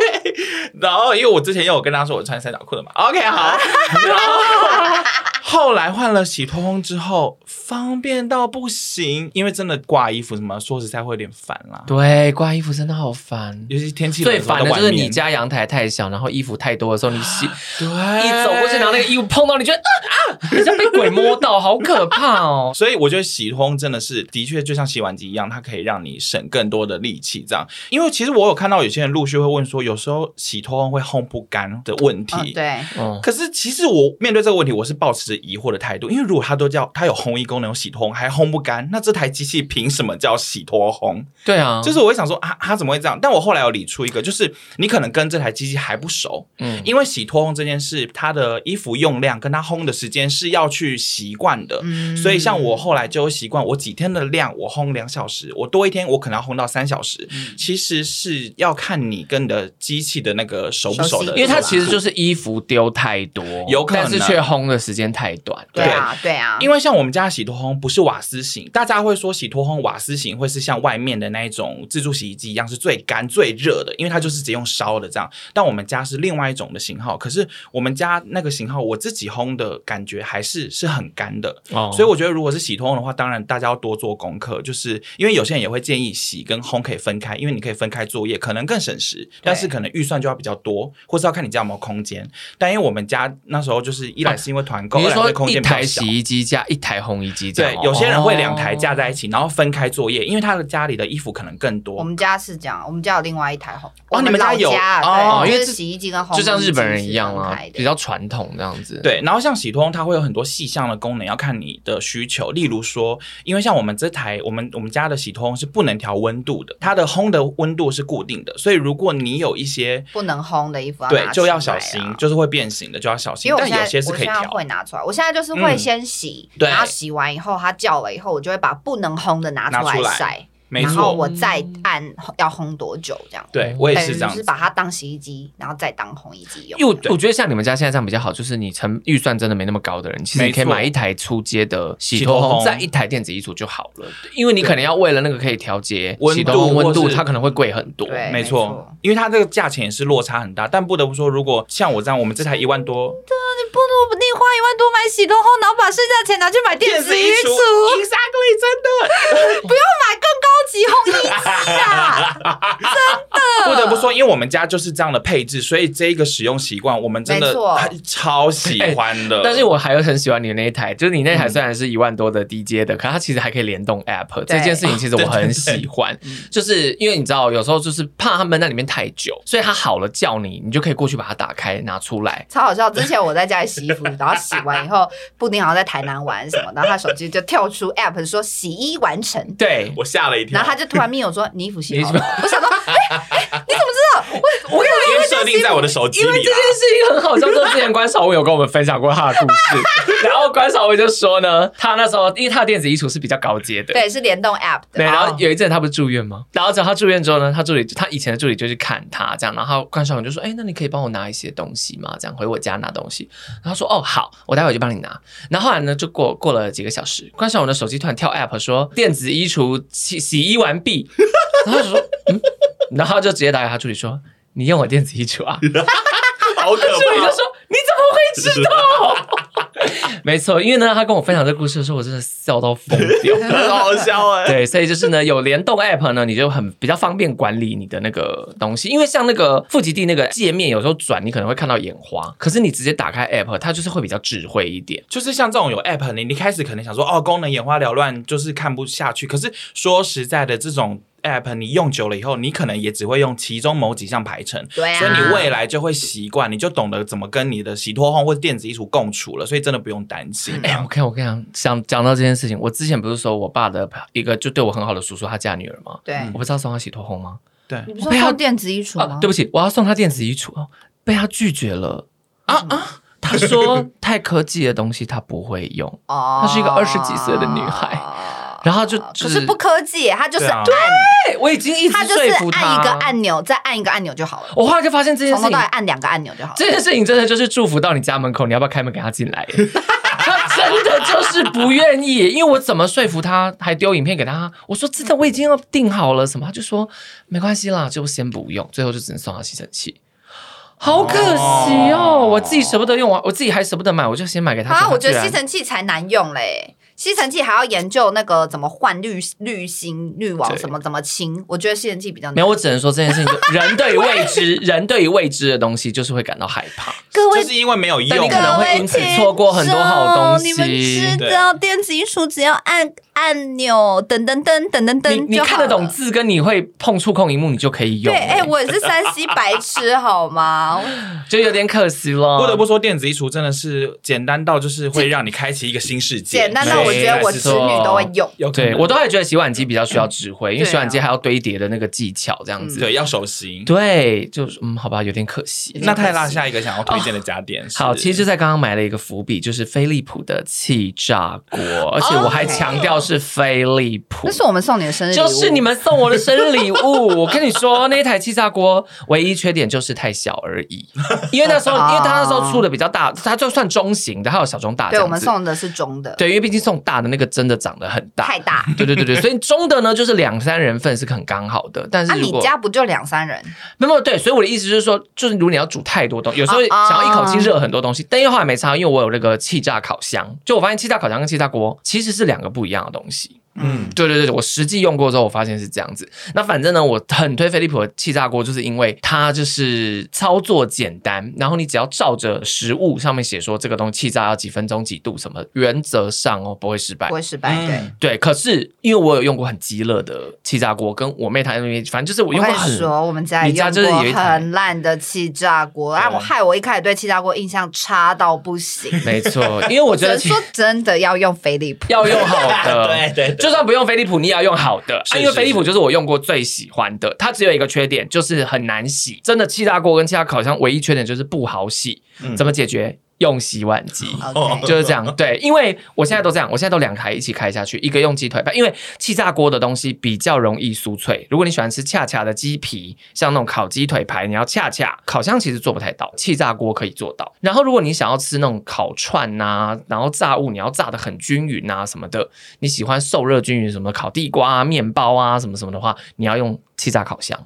然后因为我之前也有跟他说我穿三角裤的嘛，OK 好，然后后来换了洗脱烘之后，方便到不行，因为真的挂衣服什么，说实在会有点烦啦。
对，挂衣服真的好烦。
尤其天气冷
最
时候
烦
在
的就
外
是
面
你家阳台太小，然后衣服太多的时候，你 洗
对，
一
一
走过去，然后那个衣服碰到你，觉得啊啊，你像被鬼摸到，好可怕哦。
所以我觉得洗烘真的是，的确就像洗碗机一样，它可以让你省更多的力气。这样，因为其实我有看到有些人陆续会问说，有时候洗脱烘会烘不干的问题。
哦对，
嗯，
可是其实我面对这个问题，我是抱持着疑惑的态度，因为如果它都叫它有烘衣功能、有洗脱烘，还烘不干，那这台机器凭什么叫洗脱烘？
对啊，
就是我会想说啊，它怎么会这样？但我后来有理出一个，就是你可能跟这台机器还不熟，
嗯
因为洗脱烘这件事，它的衣服用量跟它烘的时间是要去习惯的。
嗯
所以像我后来就习惯，我几天的量我烘两小时，我多一天我可能要烘到三小时。
嗯
其实是要看你跟你的机器的那个熟不熟
熟
的，
悉
因为它其实就是衣服丢太多，
有可能啊
但是却烘的时间太短。
对啊，对啊，
因为像我们家的洗脱烘不是瓦斯型，大家会说洗脱烘瓦斯型会是像外面的那一种自助洗衣机一样是最干最热的，因为它就是只用烧的这样。但我们家是另外一种的型号，可是我们家那个型号我自己烘的感觉还是是很干的，
哦
所以我觉得如果是洗脱烘的话，当然大家要多做功课，就是因为有些人也会建议洗跟烘可以分开，因为你可以分开作业，可能更省时，但是可能预算就要比较多，或是要看你家有没有空间。但因为我们家那时候就是一来是因为团购，
啊你
二
是
来因为
说
空
一
间比较
台
小
洗。衣机加一台烘衣机这样
对
哦？，
有些人会两台架在一起，然后分开作业，因为他的家里的衣服可能更
哦我
多。
们家是这样，我们家有另外一台烘，
哦
我
你们家
老
有
家
哦
对，
因为
就是
这
洗衣机跟烘
哦，就像
衣
日本
机
人
是
一样
分
啊
开，的
比较传统这样子。，
对，然后像洗脱烘，它会有很多细项的功能，要看你的需求。例如说，因为像我们这台，我们我们家的洗脱烘是不能调温度
嗯
的，它的烘的温度是固定的，所以如果你有一些
不能烘的衣服要
对
拿
就要
出来啊
小心，就是会变形的就要小心
因。为我
但
现在
有些是
我
可以
现在
调。
会拿出来，我现在就是会
嗯
先洗，
对
然后洗完以后它叫了以后，我就会把不能烘的拿
拿出
来
来
晒，
没
然后
错，
我再按要烘多久这样。
对我也
等于
是这样
就
子
是。把它当洗衣机，然后再当烘衣机用。
因为我
对
我觉得像你们家现在这样比较好，就是你成预算真的没那么高的人，其实
没
你可以
错
买一台出街的洗
洗
脱
脱
烘，
烘
再一台电子衣橱就好了。因为你可能要为了那个可以调节
温
洗脱烘
度
温
或
度，
是
它可能会贵很多。
对
没
没
错
错，
因为它这个价钱也是落差很大，但不得不说，如果像我这样，我们这台一万多，
不如你花一万多买洗脱烘，然后把剩下的钱拿去买电子衣橱，
，exactly，真的，
买更高级烘衣机 啊！
不得不说，因为我们家就是这样的配置，所以这一个使用习惯，我们真
没
的
错
很超喜欢 的。
但是我还有很喜欢你的那一台，就是你那台虽然是一万多的低阶的，可它其实还可以联动 App，
对
这件事情其实我很喜欢，就是因为你知道有时候就是怕他们在里面太久，所以它好了叫你，你就可以过去把它打开拿出来。
超好笑！之前我在家里洗衣服，然后洗完以后，布丁好像在台南玩什么，然后他手机就跳出 App 说洗衣完成，
对，
我吓了一跳，
然后他就突然命我说：“你衣服洗好了。”我想说：“哎、哎你怎么知 道？我我跟
因为设定在我的手机
因为这
里啊
件
啦。
事情很好笑，就是之前关少文有跟我们分享过他的故事，然后关少文就说呢，他那时候因为他的电子衣橱是比较高阶的，
对是联动 App 的。”哦
对，然后有一阵他不是住院吗？然后只要他住院之后呢，他助理他以前的助理就去看他这样，然后关少文就说：“哎，那你可以帮我拿一些东西吗？这样回我家拿东西。”然后他说：“哦，好，我待会就帮你拿。”然后后来呢，就过过了几个小时，关少文的手机突然跳 App 说电子衣橱洗洗衣完毕， 然后他就说：“嗯。”然后他就直接打给他助理说：“你用我电子衣橱啊？”
好可
助理就
怕！
说：“你怎么会知道？”没错，因为呢，他跟我分享这个故事的时候，我真的笑到疯掉。
很好笑 哎、
对，所以就是呢，有联动 App 呢，你就很比较方便管理你的那个东西。因为像那个富吉地那个界面，有时候转你可能会看到眼花，可是你直接打开 App，它就是会比较智慧一点。
就是像这种有 app，你你一开始可能想说哦，功能眼花缭乱，就是看不下去。可是说实在的，这种 app 你用久了以后，你可能也只会用其中某几项排程，
对啊，
所以你未来就会习惯，你就懂得怎么跟你的洗脱烘或者电子衣橱共处了。所以真的不用担心。
嗯
哎、我看我跟你讲，想讲到这件事情，我之前不是说我爸的一个就对我很好的叔叔，他家女儿吗？
对，
我不知道送他洗脱烘吗？
对
你不
我
是
被他
用电子衣橱
啊
吗？，
对不起，我要送他电子衣橱哦，被他拒绝了啊啊！他说太科技的东西他不会用，
哦
她是一个20几岁的女孩然后就
可
就是
是不科技，她就是
对啊
按，
哎，我已经一直
她就
说
是
服
按一个
他。
按钮，再按一个按钮就好了，
我后来就发现这件事
从头
情
到尾按两个按钮就好了。
这件事情真的就是祝福到你家门口，你要不要开门给他进来？ 他真的就是不愿意，因为我怎么说服他，还丢影片给他。我说真的，我已经要订好了什么，他就说没关系啦，就先不用。最后就只能送他吸尘器。好可惜哦
哦，
我自己舍不得用完，我自己还舍不得买，我就先买给他。结
啊，
果
我觉
居
得
然
吸尘器才难用嘞。吸尘器还要研究那个怎么换滤滤芯、滤网
对
什么怎么清，我觉得吸尘器比较
没
难。
有，我只能说这件事情就，人对于未知，人对于未知的东西就是会感到害怕。
各
就
位
是因为没有
但
用
你可能
啊。
会因此错过很多好东西
各位听众你们知道电子艺术只要按按钮，噔噔噔噔噔
你
噔
你
就
看
好
得
了。
懂字，跟你会碰触控荧幕，你就可以用
对，
了。
哎、我也是山西白痴，好吗？
就有点可惜了。
不得不说，电子衣橱真的是简单到就是会让你开启一个新世界。
简单到我觉得我侄女都会用。
有可能
对我都还觉得洗碗机比较需要智慧，因为
啊
洗碗机还要堆叠的那个技巧，这样子。
对要熟悉。
对，就是嗯，好吧，有点可惜。
那泰拉下一个想要推荐的家电是，
好，其实，在刚刚埋了一个伏笔，就是飞利浦的气炸锅，
哦
而且我还强调是飞利浦
那。是我们送你的生日礼物，
就是你们送我的生日礼物，我跟你说，那一台气炸锅唯一缺点就是太小而 已。因为那时候，
哦
因为它那时候出的比较大，它就算中型的，还有小中大这
对
样
我
子。
们送的是中的，
对，因为毕竟送大的那个真的长得很大
太，大。
对对对对，所以中的呢就是两三人份是很刚好的，但
啊，
是如
你
果、
家不就两三人？
没有对，所以我的意思就是说，就是如果你要煮太多东有时候
哦哦
想要一口气热很多东西，但因为后来没差，因为我有那个气炸烤箱，就我发现气炸烤箱跟气炸锅其实是两个不一样的东西。
嗯，
对对对，对我实际用过之后，我发现是这样子。那反正呢，我很推飞利浦的气炸锅，就是因为它就是操作简单，然后你只要照着食物上面写说这个东西气炸要几分钟几度什么，原则上哦不会失败
不。会失败，
嗯
对。
对，可是因为我有用过很激热的气炸锅，跟我妹她那边，反正就是我
我
用
跟
过
你
很
说，我们家
你
也
家
用
就是
过
有一台
很烂的气炸锅，啊，我害我一开始对气炸锅印象差到不行。
没错，因为我觉
只
得
能
其
说真的要用飞利浦，
要用嗯好
对
的。
对对，
就算不用飞利浦，你也要用好的，
是
啊因为
是
飞利浦
是
就是我用过最喜欢的。它只有一个缺点，就是很难洗。真的气炸锅跟气炸烤箱唯一缺点就是不好洗。
嗯
怎么解决？用洗碗机。
OK
就是这样，对，因为我现在都这样，我现在都两台一起开下去，一个用鸡腿饭，因为气炸锅的东西比较容易酥脆。如果你喜欢吃恰恰的鸡皮，像那种烤鸡腿排，你要恰恰，烤箱其实做不太到，气炸锅可以做到。然后如果你想要吃那种烤串呐、然后炸物你要炸的很均匀啊什么的，你喜欢受热均匀什么的烤地瓜啊、面包啊什么什么的话，你要用气炸烤箱。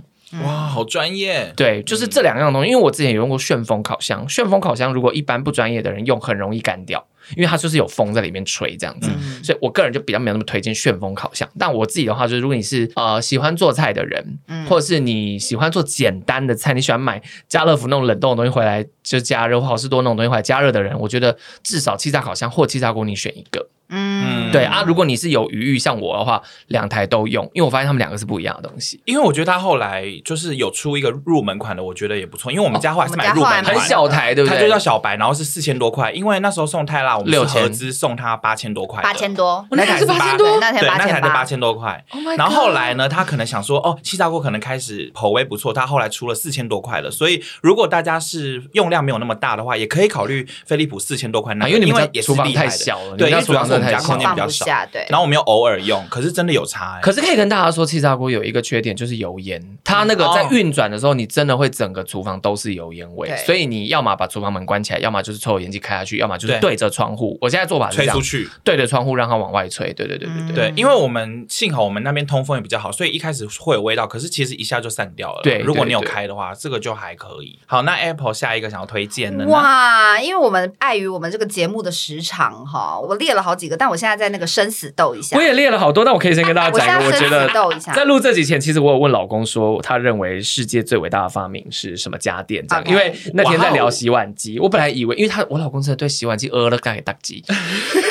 哇，好专业。
对，就是这两样东西。因为我之前有用过旋风烤箱，旋风烤箱如果一般不专业的人用，很容易干掉，因为它就是有风在里面吹这样子。
嗯
所以我个人就比较没有那么推荐旋风烤箱。但我自己的话，就是如果你是呃喜欢做菜的人，
嗯
或者是你喜欢做简单的菜，你喜欢买家乐福那种冷冻的东西回来就加热，或好事多那种东西回来加热的人，我觉得至少气炸烤箱或气炸锅你选一个。
嗯，
对啊，如果你是有余裕，像我的话，两台都用，因为我发现它们两个是不一样的东西。
因为我觉得他后来就是有出一个入门款的，我觉得也不错。因为我们家后来是买入
哦我
门
们家
款，
很小台，对不
它
对？
就叫小白，然后是四千多块。因为那时候送泰拉，我们是合资送他八千多块，
八千，多，
哦那台是八多
对那台
对，
哎八
那
千
台的八
八，
千多块。
Oh my
然后
God
后来呢，他可能想说，哦，气炸锅可能开始口味不错，他后来出了四千多块了。所以如果大家是用量没有那么大的话，也可以考虑飞利浦四千多块那
啊，因
个，
为你
因
们
为
家
也是
厨房
厉害
太
的
小了，
对
你们
因
家
为
厨
主要
房
是
真的
我们
太
家
小
空
了。
间
放
比较
不
少
下，对。
然后我们又偶尔用，可是真的有差欸。
可是可以跟大家说，气炸锅有一个缺点就是油烟，它那个在
哦
运转的时候，你真的会整个厨房都是油烟味
对，
所以你要么把厨房门关起来，要么就是抽油烟机开下去，要么就是
对
对着窗户。我现在做法是这
吹
样
出，去，
对着窗户让它往外吹。对对对对对。
对
嗯，
因为我们幸好我们那边通风也比较好，所以一开始会有味道，可是其实一下就散掉了。
对
如果你有
对对
开的话，这个就还可以。好，那 Apple 下一个想要推荐的呢？
哇，因为我们碍于我们这个节目的时长哈，我列了好几个，但我现在在那个生死斗一下
我，也列了好多，但我可以先跟大家
我现
讲
在
一个，我觉
生
得
死斗一下
在。录这集前，其实我有问老公说，他认为世界最伟大的发明是什么家电？这样
OK
因为那天在
哇
聊
哦
洗碗机，我本来以为，因为他我老公真的对洗碗机呃了盖大鸡，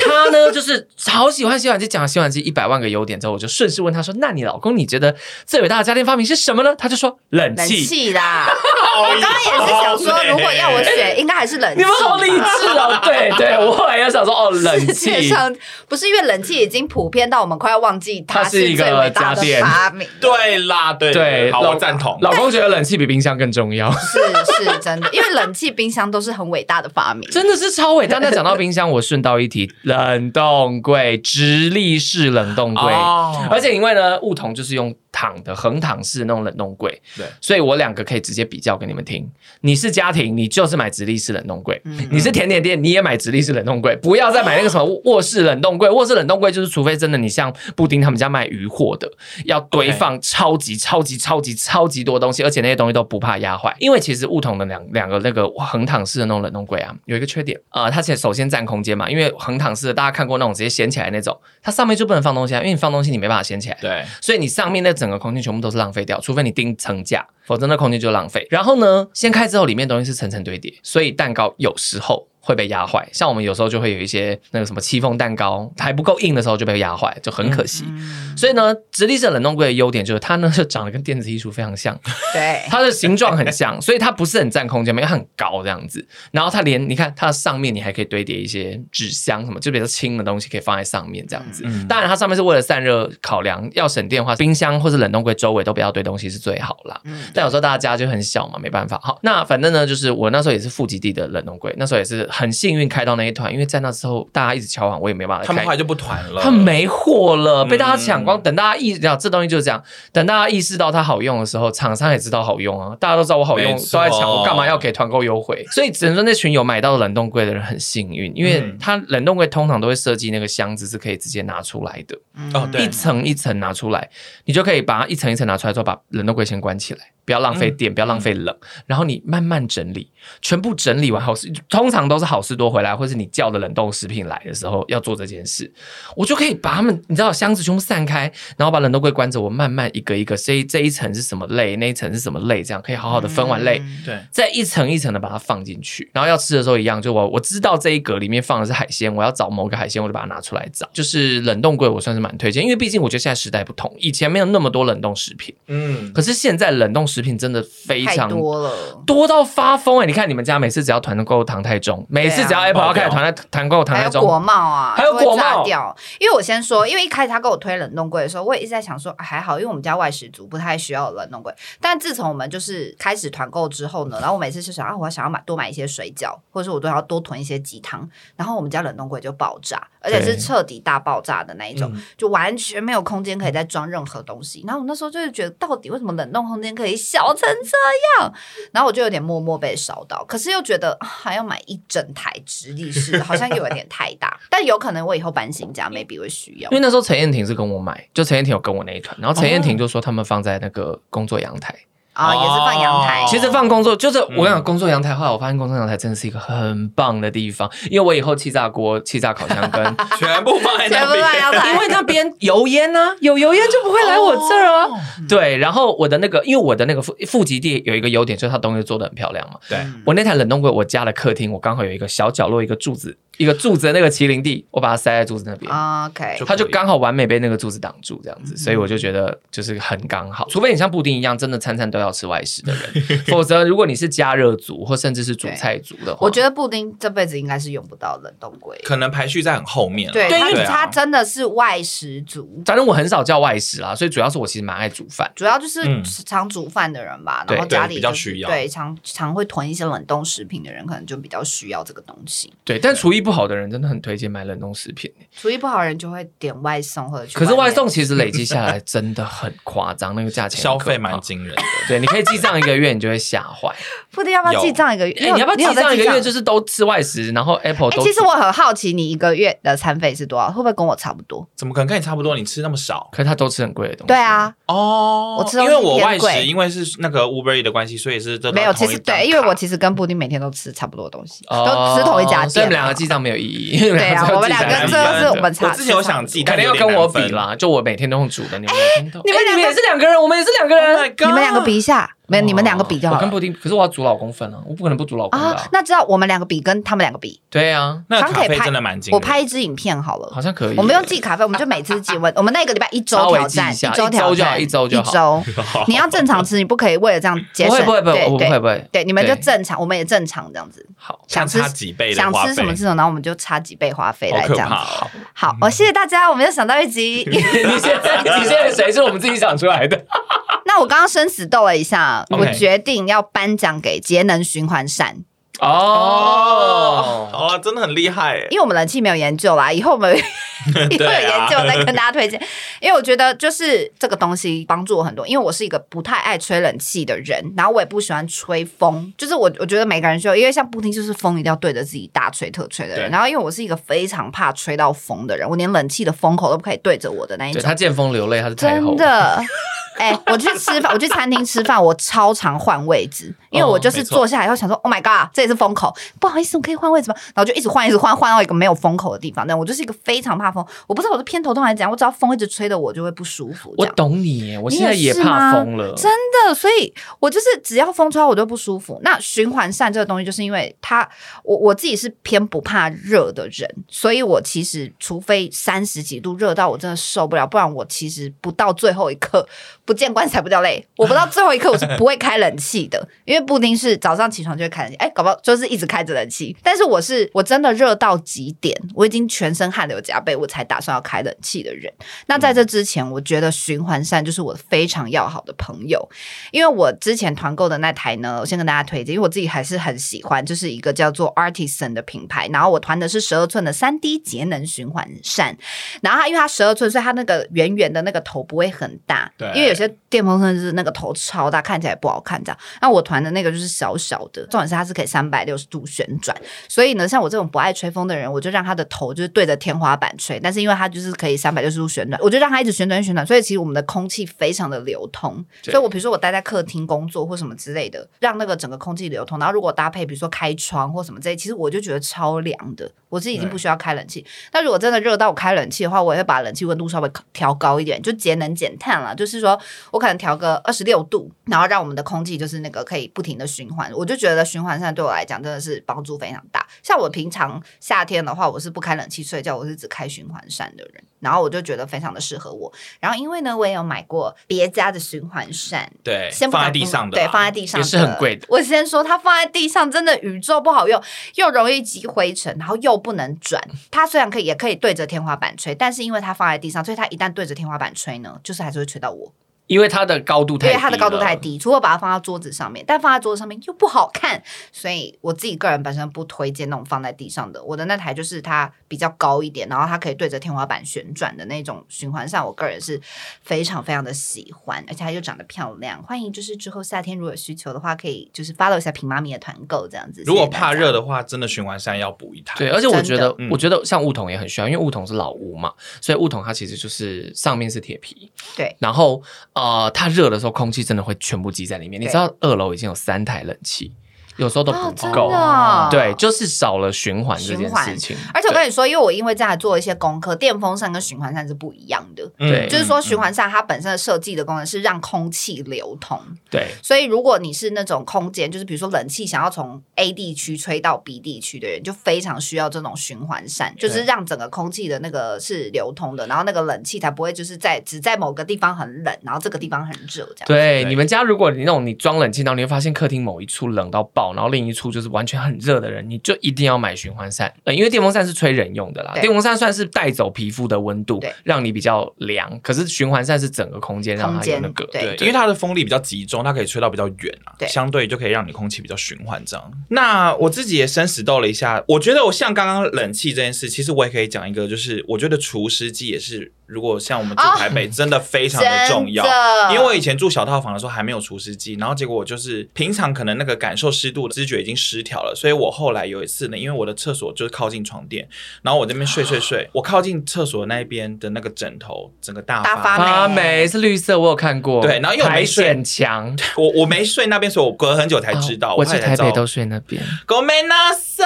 他呢就是好喜欢洗碗机，讲了洗碗机一百万个优点之后，我就顺势问他说，那你老公你觉得最伟大的家电发明是什么呢？他就说冷
冷
气。
气啦，
我
我刚刚也是想
哦
说，如果要我 选，应该还是冷气
你
吧。
们好理智哦！对对，我后来也想说，哦，冷
世界
气，
上不是因为冷气已经普遍到我们快要忘记
它是
是
一个
最伟大
家
的
电
发明，
对啦，对
对，
好，
老
我赞同。
老公觉得冷气比冰箱更重要。
是是真的，因为冷气、冰箱都是很伟大的发明。
真的是超伟大。那讲到冰箱，我顺道一 提，冷冻柜直立式冷冻柜，
哦
哦
而且因为呢，梧桐就是用躺的横躺式那种冷冻柜，
对
所以我两个可以直接比较给你们听。你是家庭，你就是买直立式冷冻柜；你是甜点店，你也买直立式冷冻柜。不要再买那个什么卧室冷冻柜，卧室冷冻柜就是，除非真的你像布丁他们家卖鱼货的，要堆
OK
放超级超级超级超级多东西，而且那些东西都不怕压坏。因为其实梧桐的两两个那个横躺式的那种冷冻柜啊，有一个缺点啊、呃，它其实首先占空间嘛，因为横躺式的大家看过那种直接掀起来那种，它上面就不能放东西啊，因为你放东西你没办法掀起来。
对，
所以你上面那整个空间全部都是浪费掉，除非你钉层架，否则那空间就浪费。然后呢，掀开之后里面东西是层层堆叠，所以蛋糕有时候。会被压坏，像我们有时候就会有一些那个什么戚风蛋糕还不够硬的时候就被压坏，就很可
嗯
惜。所以呢，直立式冷冻柜的优点就是它呢就长得跟电子艺术非常 像，
对，
它的形状很像，所以它不是很占空间嘛，因为它很高这样子。然后它连你看它的上面，你还可以堆叠一些纸箱什么，就比较轻的东西可以放在上面这样子。
嗯
当然，它上面是为了散热考量，要省电的话，冰箱或是冷冻柜周围都不要堆东西是最好啦。
嗯，
但有时候大家就很小嘛，没办法。好，那反正呢，就是我那时候也是富集地的冷冻柜，那时候也是很幸运开到那一团，因为在那之后大家一直敲碗，我也没办法
他们
开
后来就不团了，
它没货了，被大家抢光。
嗯
等大家意识到这东西就是这样，等大家意识到它好用的时候，厂商也知道好用啊，大家都知道我好用，
没
都
错
在抢，我干嘛要给团购优惠？所以只能说那群有买到冷冻柜的人很幸运，因为
嗯
它冷冻柜通常都会设计那个箱子是可以直接拿出来的，
哦对
一层一层拿出来，你就可以把它一层一层拿出来之后，把冷冻柜先关起来，不要浪费电，不要浪费冷，然后你慢慢整理，全部整理完好事，通常都是好事多回来，或是你叫的冷冻食品来的时候要做这件事，我就可以把它们，你知道箱子全部散开，然后把冷冻柜关着，我慢慢一个一个，这一这一层是什么类，那一层是什么类，这样可以好好的分完类。
嗯
对，
再一层一层的把它放进去，然后要吃的时候一样，就我我知道这一格里面放的是海鲜，我要找某个海鲜，我就把它拿出来找。就是冷冻柜，我算是蛮推荐，因为毕竟我觉得现在时代不同，以前没有那么多冷冻食品，
嗯，
可是现在冷冻食品真的非
太
常
多了，
多到发疯哎、你看你们家每次只要团购唐太宗，每次只要 Apple 要开始团团购唐
还
太
有
宗，
国贸啊，
还有
都会
国贸
炸掉。因为我先说，因为一开始他给我推冷冻柜的时候，我也一直在想说、啊还好，因为我们家外食族不太需要冷冻柜。但自从我们就是开始团购之后呢，然后我每次是想啊，我要想要买多买一些水饺，或者是我都要多囤一些鸡汤，然后我们家冷冻柜就爆炸，而且
对
是彻底大爆炸的那一种，
嗯
就完全没有空间可以再装任何东西。然后我那时候就是觉得，到底为什么冷冻空间可以小成这样？然后我就有点默默被烧到，可是又觉得啊还要买一整台直立式的，好像又有点太大。 但有可能我以后搬新家，maybe 会需要
因。为那时候陈燕婷是跟我买，就陈燕婷有跟我那一团，然后陈燕婷就说他们放在那个工作阳台，
啊，也是放阳台
哦。
其实放工作就是我跟你讲，
嗯
工作阳台后来我发现工作阳台真的是一个很棒的地 方，因为我以后气炸锅、气炸烤箱跟，
全部放在
全
那
部放
边，
阳台，
因为那边油烟啊，有油烟就不会来我这儿啊。
哦
对，然后我的那个，因为我的那个富富集地有一个优点，就是它东西做的很漂亮嘛。
对，
嗯
我那台冷冻柜，我家的客厅，我刚好有一个小角落，一个柱子，一个柱子的那个麒麟地，我把它塞在柱子那边。
啊 OK，
就
它就嗯
可以
刚好完美被那个柱子挡住，这样子，所以我就觉得就是很刚好。除非你像布丁一样，真的餐餐都要吃外食的 人，否则如果你是加热族或甚至是主菜族的话，
我觉得布丁这辈子应该是用不到冷冻柜。
可能排序在很后面了，
对，
对因
他
为
他
啊
真的是外食族。
反正我很少叫外食啦，所以主要是我其实蛮爱煮饭。
主要就是
嗯
常煮饭的人吧，
对
然后家里、就是、
对比较需要
对常常会囤一些冷冻食品的人，可能就比较需要这个东西。
对，但厨艺不好的人真的很推荐买冷冻食品。
厨艺不好的人就会点外送或者去
可是
面
外送其实累积下来真的很夸张，那个价钱
消
很可怕
费蛮惊人的。
对，你可以记账一个月，你就会吓 坏。
布丁要不要
有
记账一个月？
哎、你要不要记
有在。
账一个月？就是是都吃外食，然后 Apple
哎、
都、
其实，我很好奇，你一个月的餐费是多少？会不会跟我差不多？
怎么可能跟你差不多？你吃那么少
可是他都吃很贵的东西。
对，啊，
哦？
我吃东
因
西
为我
偏
外
贵
食，因为是那个 Uber Eats 的关系，所以是这都
没有。其
同一
实
张
对，因为
卡
我其实跟布丁每天都吃差不多的东西，
哦
都吃同一家店嘛。啊
所以你们两个记账没有意义。 因为你
对啊
两个
我们
记账
两
是一
个这
样
个是
的
我们差。
我之前有想记
可
但
能
有
要
点
跟我
难分
比啦，就我每天都用煮的，你们每天都。
你们
哎
两
你
个
也是两个人，我们也是两个人。
Oh my
你们两个
God
比一下，没有你们两个比就
哦我
好
跟
了
布丁，可是我要煮老公份啊，我不可能不煮老公的、
啊
啊。。
那知道我们两个比跟他们两个比，
对啊，
那
常
个
可以
咖啡
拍
真的蛮惊人
我
的
拍一支影片好了
好。像可以。
我们用记卡费，我们就每次记， 我我们那个礼拜一周
稍微
挑
记
战，
一下
周
一周
挑
就好
战，
一周就好
你要正常吃，你不可以为了这样节
不会
省。
不会不会，
对
我不
对
会不会。
对，你们就
对
正常，我们也正常这样子，
好，
想吃
差几倍的
想
花
吃
费
什么吃什么，然后我们就差几倍花费
好
来这
可
样
怕
子。
哦！
好，我谢谢大家，我们就想到一 集。
你现在你现在谁是我们自己想出来的？
那我刚刚生死斗了一下，
OK
我决定要颁奖给节能循环扇。
哦，
哦
好了，真的很厉害哎。
因为我们人气没有研究啦，以后我 们以后有研
啊
究再跟大家推荐。因为我觉得就是这个东西帮助我很多，因为我是一个不太爱吹冷气的人，然后我也不喜欢吹风，就是我我觉得每个人需要，因为像布丁就是风一定要对着自己大吹特吹的人，
对
然后因为我是一个非常怕吹到风的人，我连冷气的风口都不可以对着我的那一
对
种，
他见风流泪，他是太后
真，的。哎、我去吃饭，我去餐厅吃饭，我超常换位置，因为
哦
我就是
没错
坐下来以后想说、o h my god，这也是风口，不好意思，我可以换位置吗？然后就一直换，一直换，换到一个没有风口的地方。但我就是一个非常怕风，我不知道我的偏头痛还是怎样，我只要风一直吹的我就会不舒服。这
我
样
懂你耶，我
你
现在
也是
怕
吗
疯了，
真的，所以我就是只要风吹到我就不舒服。那循环扇这个东西，就是因为它，我我自己是偏不怕热的人，所以我其实除非三十几度热到我真的受不了，不然我其实不到最后一刻，不见棺材不掉泪，我不到最后一刻我是不会开冷气的， 因为布丁是早上起床就会开冷气，哎，搞不好就是一直开着冷气，但是我是我真的热到极点，我已经全身汗流浃背，我才打算要开冷气的人。那在这之前，我觉得循环扇就是我非常要好的朋友，因为我之前团购的那台呢，我先跟大家推荐，因为我自己还是很喜欢，就是一个叫做 Artisan 的品牌，然后我团的是十二寸的三 D 节能循环扇，然后它因为它十二寸，所以它那个圆圆的那个头不会很大，
对
因为有些电风扇是那个头超大，看起来不好看这样。那我团的那个就是小小的，重点是它是可以三百六十度旋转，所以呢，像我这种不爱吹风的人，我就让他的头就是对着天花板吹，但是因为它就是可以三百六十度旋转，我就让它一直旋转旋转，所以其实我们的空气非常的流通。
对
所以我比如说我待在客厅工作或什么之类的，让那个整个空气流通，然后如果搭配比如说开窗或什么之类，其实我就觉得超凉的，我是已经
对
不需要开冷气。那如果真的热到我开冷气的话，我也会把冷气温度稍微调高一点，就节能减碳啦。就是说我可能调个二十六度，然后让我们的空气就是那个可以不停的循环。我就觉得循环扇对我来讲真的是帮助非常大。像我平常夏天的话，我是不开冷气睡觉，我是只开循环扇的人，然后我就觉得非常的适合我。然后因为呢，我也有买过别家的循环扇，
对，
先不
放在
讲
地上的啊啦，
对，放在地上
也是很贵的。
我先说，它放在地上真的宇宙不好用，又容易积灰尘，然后又不能转。它虽然可以，也可以对着天花板吹，但是因为它放在地上，所以它一旦对着天花板吹呢，就是还是会吹到我，
因为他的高度
因
太，
为它的高度太。低。除了把它放到桌子上面，但放在桌子上面又不好看，所以我自己个人本身不推荐那种放在地上的。我的那台就是它比较高一点，然后它可以对着天花板旋转的那种循环扇，我个人是非常非常的喜欢，而且它又长得漂亮。欢迎就是之后夏天如果有需求的话，可以就是 follow 一下平妈咪的团购这样子。
如果
谢谢大家
怕热的话，真的循环扇要补一台。
对，而且我觉
真
得
的，
嗯
我觉得像雾筒也很需要，因为雾筒是老屋嘛，所以雾筒它其实就是上面是铁皮，
对，
然后呃，它热的时候空气真的会全部积在里面。你
对
知道二楼已经有三台冷气，有时候都不
哦真的
够，
哦
对，就是少了循环这件
循环
事情。
而且我
对
跟你说，因为我因为这样做一些功课，电风扇跟循环扇是不一样的。
嗯
对
就是说，循环扇它本身的设计的功能是让空气流通，
对
所以如果你是那种空间，就是比如说冷气想要从 A 地区吹到 B 地区的人，就非常需要这种循环扇，就是让整个空气的那个是流通的，然后那个冷气才不会就是在只在某个地方很冷，然后这个地方很热这样。
对，
对
你们家如果你那种你装冷气，然后你会发现客厅某一处冷到爆，然后另一处就是完全很热的人，你就一定要买循环扇，呃，因为电风扇是吹人用的啦，
对
电风扇算是带走皮肤的温度
对，
让你比较凉，可是循环扇是整个空间让它
空
有
间
那个，
对
对，
因为它的风力比较集中，它可以吹到比较远啊，
对
相对就可以让你空气比较循环这样。那我自己也生死斗了一下，我觉得我像刚刚冷气这件事，其实我也可以讲一个，就是我觉得除湿机也是，如果像我们住
哦
台北，真的非常
真
的重要。
的
因为我以前住小套房的时候还没有除湿机，然后结果我就是平常可能那个感受湿度的知觉已经失调了，所以我后来有一次呢，因为我的厕所就是靠近床垫，然后我这边睡睡睡，我靠近厕所那一边的那个枕头整个大
大
发
发霉
发霉是绿色，我有看过，
对然后因为我
苔
没睡
藓墙，
我我没睡那边，所以我隔很久才知道。
哦
我
我去台北都睡那边，
狗没那塞，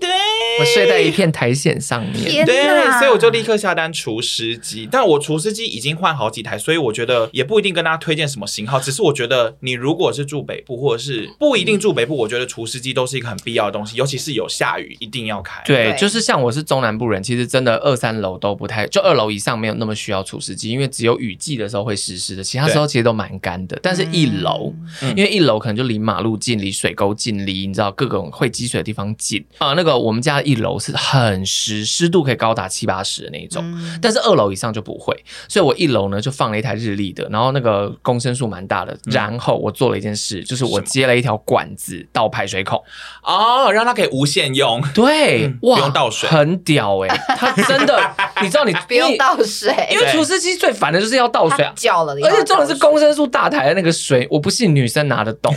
对，
我睡在一。片苔藓上面
天。
对，
哪
所以我就立刻下单除湿机，但我除湿机已经换好几台，所以我觉得也不一定跟大家推荐什么型号，只是我觉得你如果是住北部，或者是
嗯
不一定住北部，我觉得除湿机都是一个很必要的东西，尤其是有下雨一定要开。
对，
对
就是像我是中南部人，其实真的二三楼都不太，就二楼以上没有那么需要除湿机，因为只有雨季的时候会湿湿的，其他时候其实都蛮干的。但是一楼，
嗯
因为一楼可能就离马路近、离水沟近、离你知道各种会积水的地方近啊、那个我们家一楼是很湿，湿度可以高达七八十的那一种。
嗯
但是二楼以上就不会，所以我一楼呢就放了一台日立的，然后那个公升数蛮大的。然后我做了一件事，就是我
嗯什么
接了一条管子到排水口，
哦，让它可以无限用。
对，
嗯
哇，
不用倒水
很屌哎、它真 的，你知道你
不用
你
倒水，
因为除湿机最烦的就是要倒水
它
啊，
叫了，
而且重点是公升数大台的那个水，我不信女生拿得 动。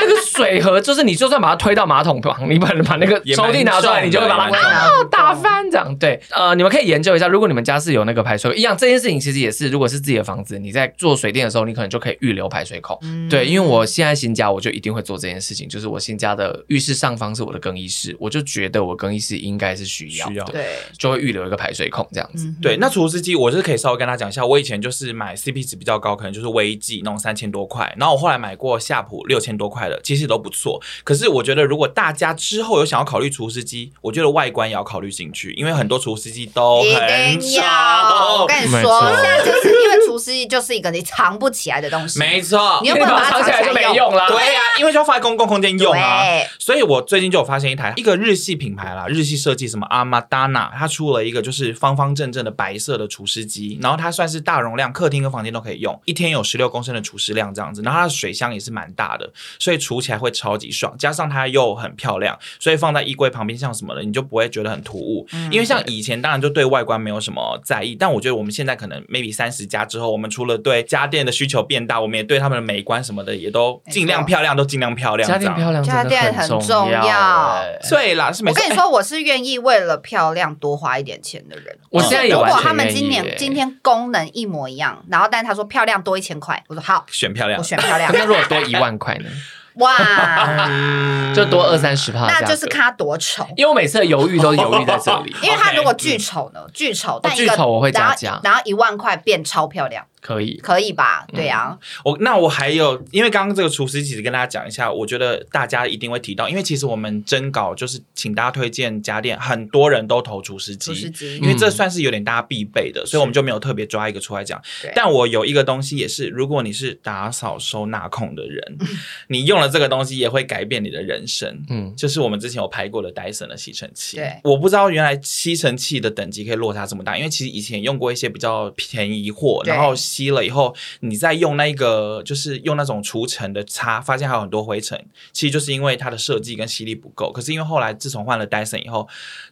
那个水盒就是你就算把它推到马桶旁，你把把那个
也
抽
蛮
屉拿出来，
重
你就会
的
把它
也蛮重的
啊打翻这样。对，呃，你们可以研究一下，如果你们家是有那个排水口，一样这件事情其实也是，如果是自己的房子，你在做水电的时候，你可能就可以预留排水口。
嗯
对，因为我现在新家，我就一定会做这件事情，就是我新家的浴室上方是我的更衣室，我就觉得我更衣室应该是需要的，
需要
对，
就会预留一个排水孔这样 子。
嗯哼
对，那除湿机我是可以稍微跟他讲一下，我以前就是买 CP 值比较高，可能就是威记那种三千多块，然后我后来买过夏普六千多块的，其实都不错。可是我觉得如果大家之后有想要考虑除湿机，我觉得外观也要考虑进去，因为很多除湿机都
一
很
定要！我
丑。
跟你
没
说，
错
现在就是因为厨师就是一个你藏不起来的东西，
没错，
你又不能把它
藏起来就没
藏起来
用啦。
对呀、因为就要放在公共空间用啊。
对
所以我最近就有发现一台一个日系品牌啦，日系设计什么阿玛达纳，它出了一个就是方方正正的白色的除湿机，然后它算是大容量，客厅跟房间都可以用，一天有十六公升的除湿量这样子，然后它的水箱也是蛮大的，所以除起来会超级爽，加上它又很漂亮，所以放在衣柜旁边像什么的，你就不会觉得很突兀。
嗯
因为像以前当然就对外观没有什么在意，但我觉得我们现在可能 maybe 三十加之后，我们除了对家电的需求变大，我们也对他们的美观什么的也都尽量漂亮，都尽量漂亮这
家
样。
电漂亮真
家
的
电
很
很重
要
要
欸。
对啦，是没
我
错。
跟你
哎，
说，我是愿意为了漂亮多花一点钱的人。
我
就是
现在也
如
完
果
全
他们
愿
今
意
年
耶
今天功能一模一样，然后但他说漂亮多一千块，我说好，
哎选漂亮
我，选漂 亮
那。如果多一万块呢？
哇，
嗯
就多二三十趴，
那就是看他多丑。，
因为我每次的犹豫都犹豫在这里
因为他
OK，
如果巨丑呢，巨丑，但
哦巨
一个
丑我会
然
加
后
价
然后一万块变超漂亮，
可以。
可以吧？
嗯
对啊，
我那我还有，因为刚刚这个厨师其实跟大家讲一下，我觉得大家一定会提到，因为其实我们征稿就是请大家推荐家电，很多人都投厨师
厨师
机。
机
因，为这算是有点大家必备的，所以我们就没有特别抓一个出来讲
对。
但我有一个东西也是，如果你是打扫收纳控的人，
嗯
你用了这个东西也会改变你的人生。
嗯，
就是我们之前有拍过的戴森的吸尘器，
对
我不知道原来吸尘器的等级可以落差这么大，因为其实以前也用过一些比较便宜货，
对
然后吸了以后，你再用那个就是用那种除尘的擦，发现还有很多灰尘，其实就是因为它的设计跟吸力不够。可是因为后来自从换了戴森以后，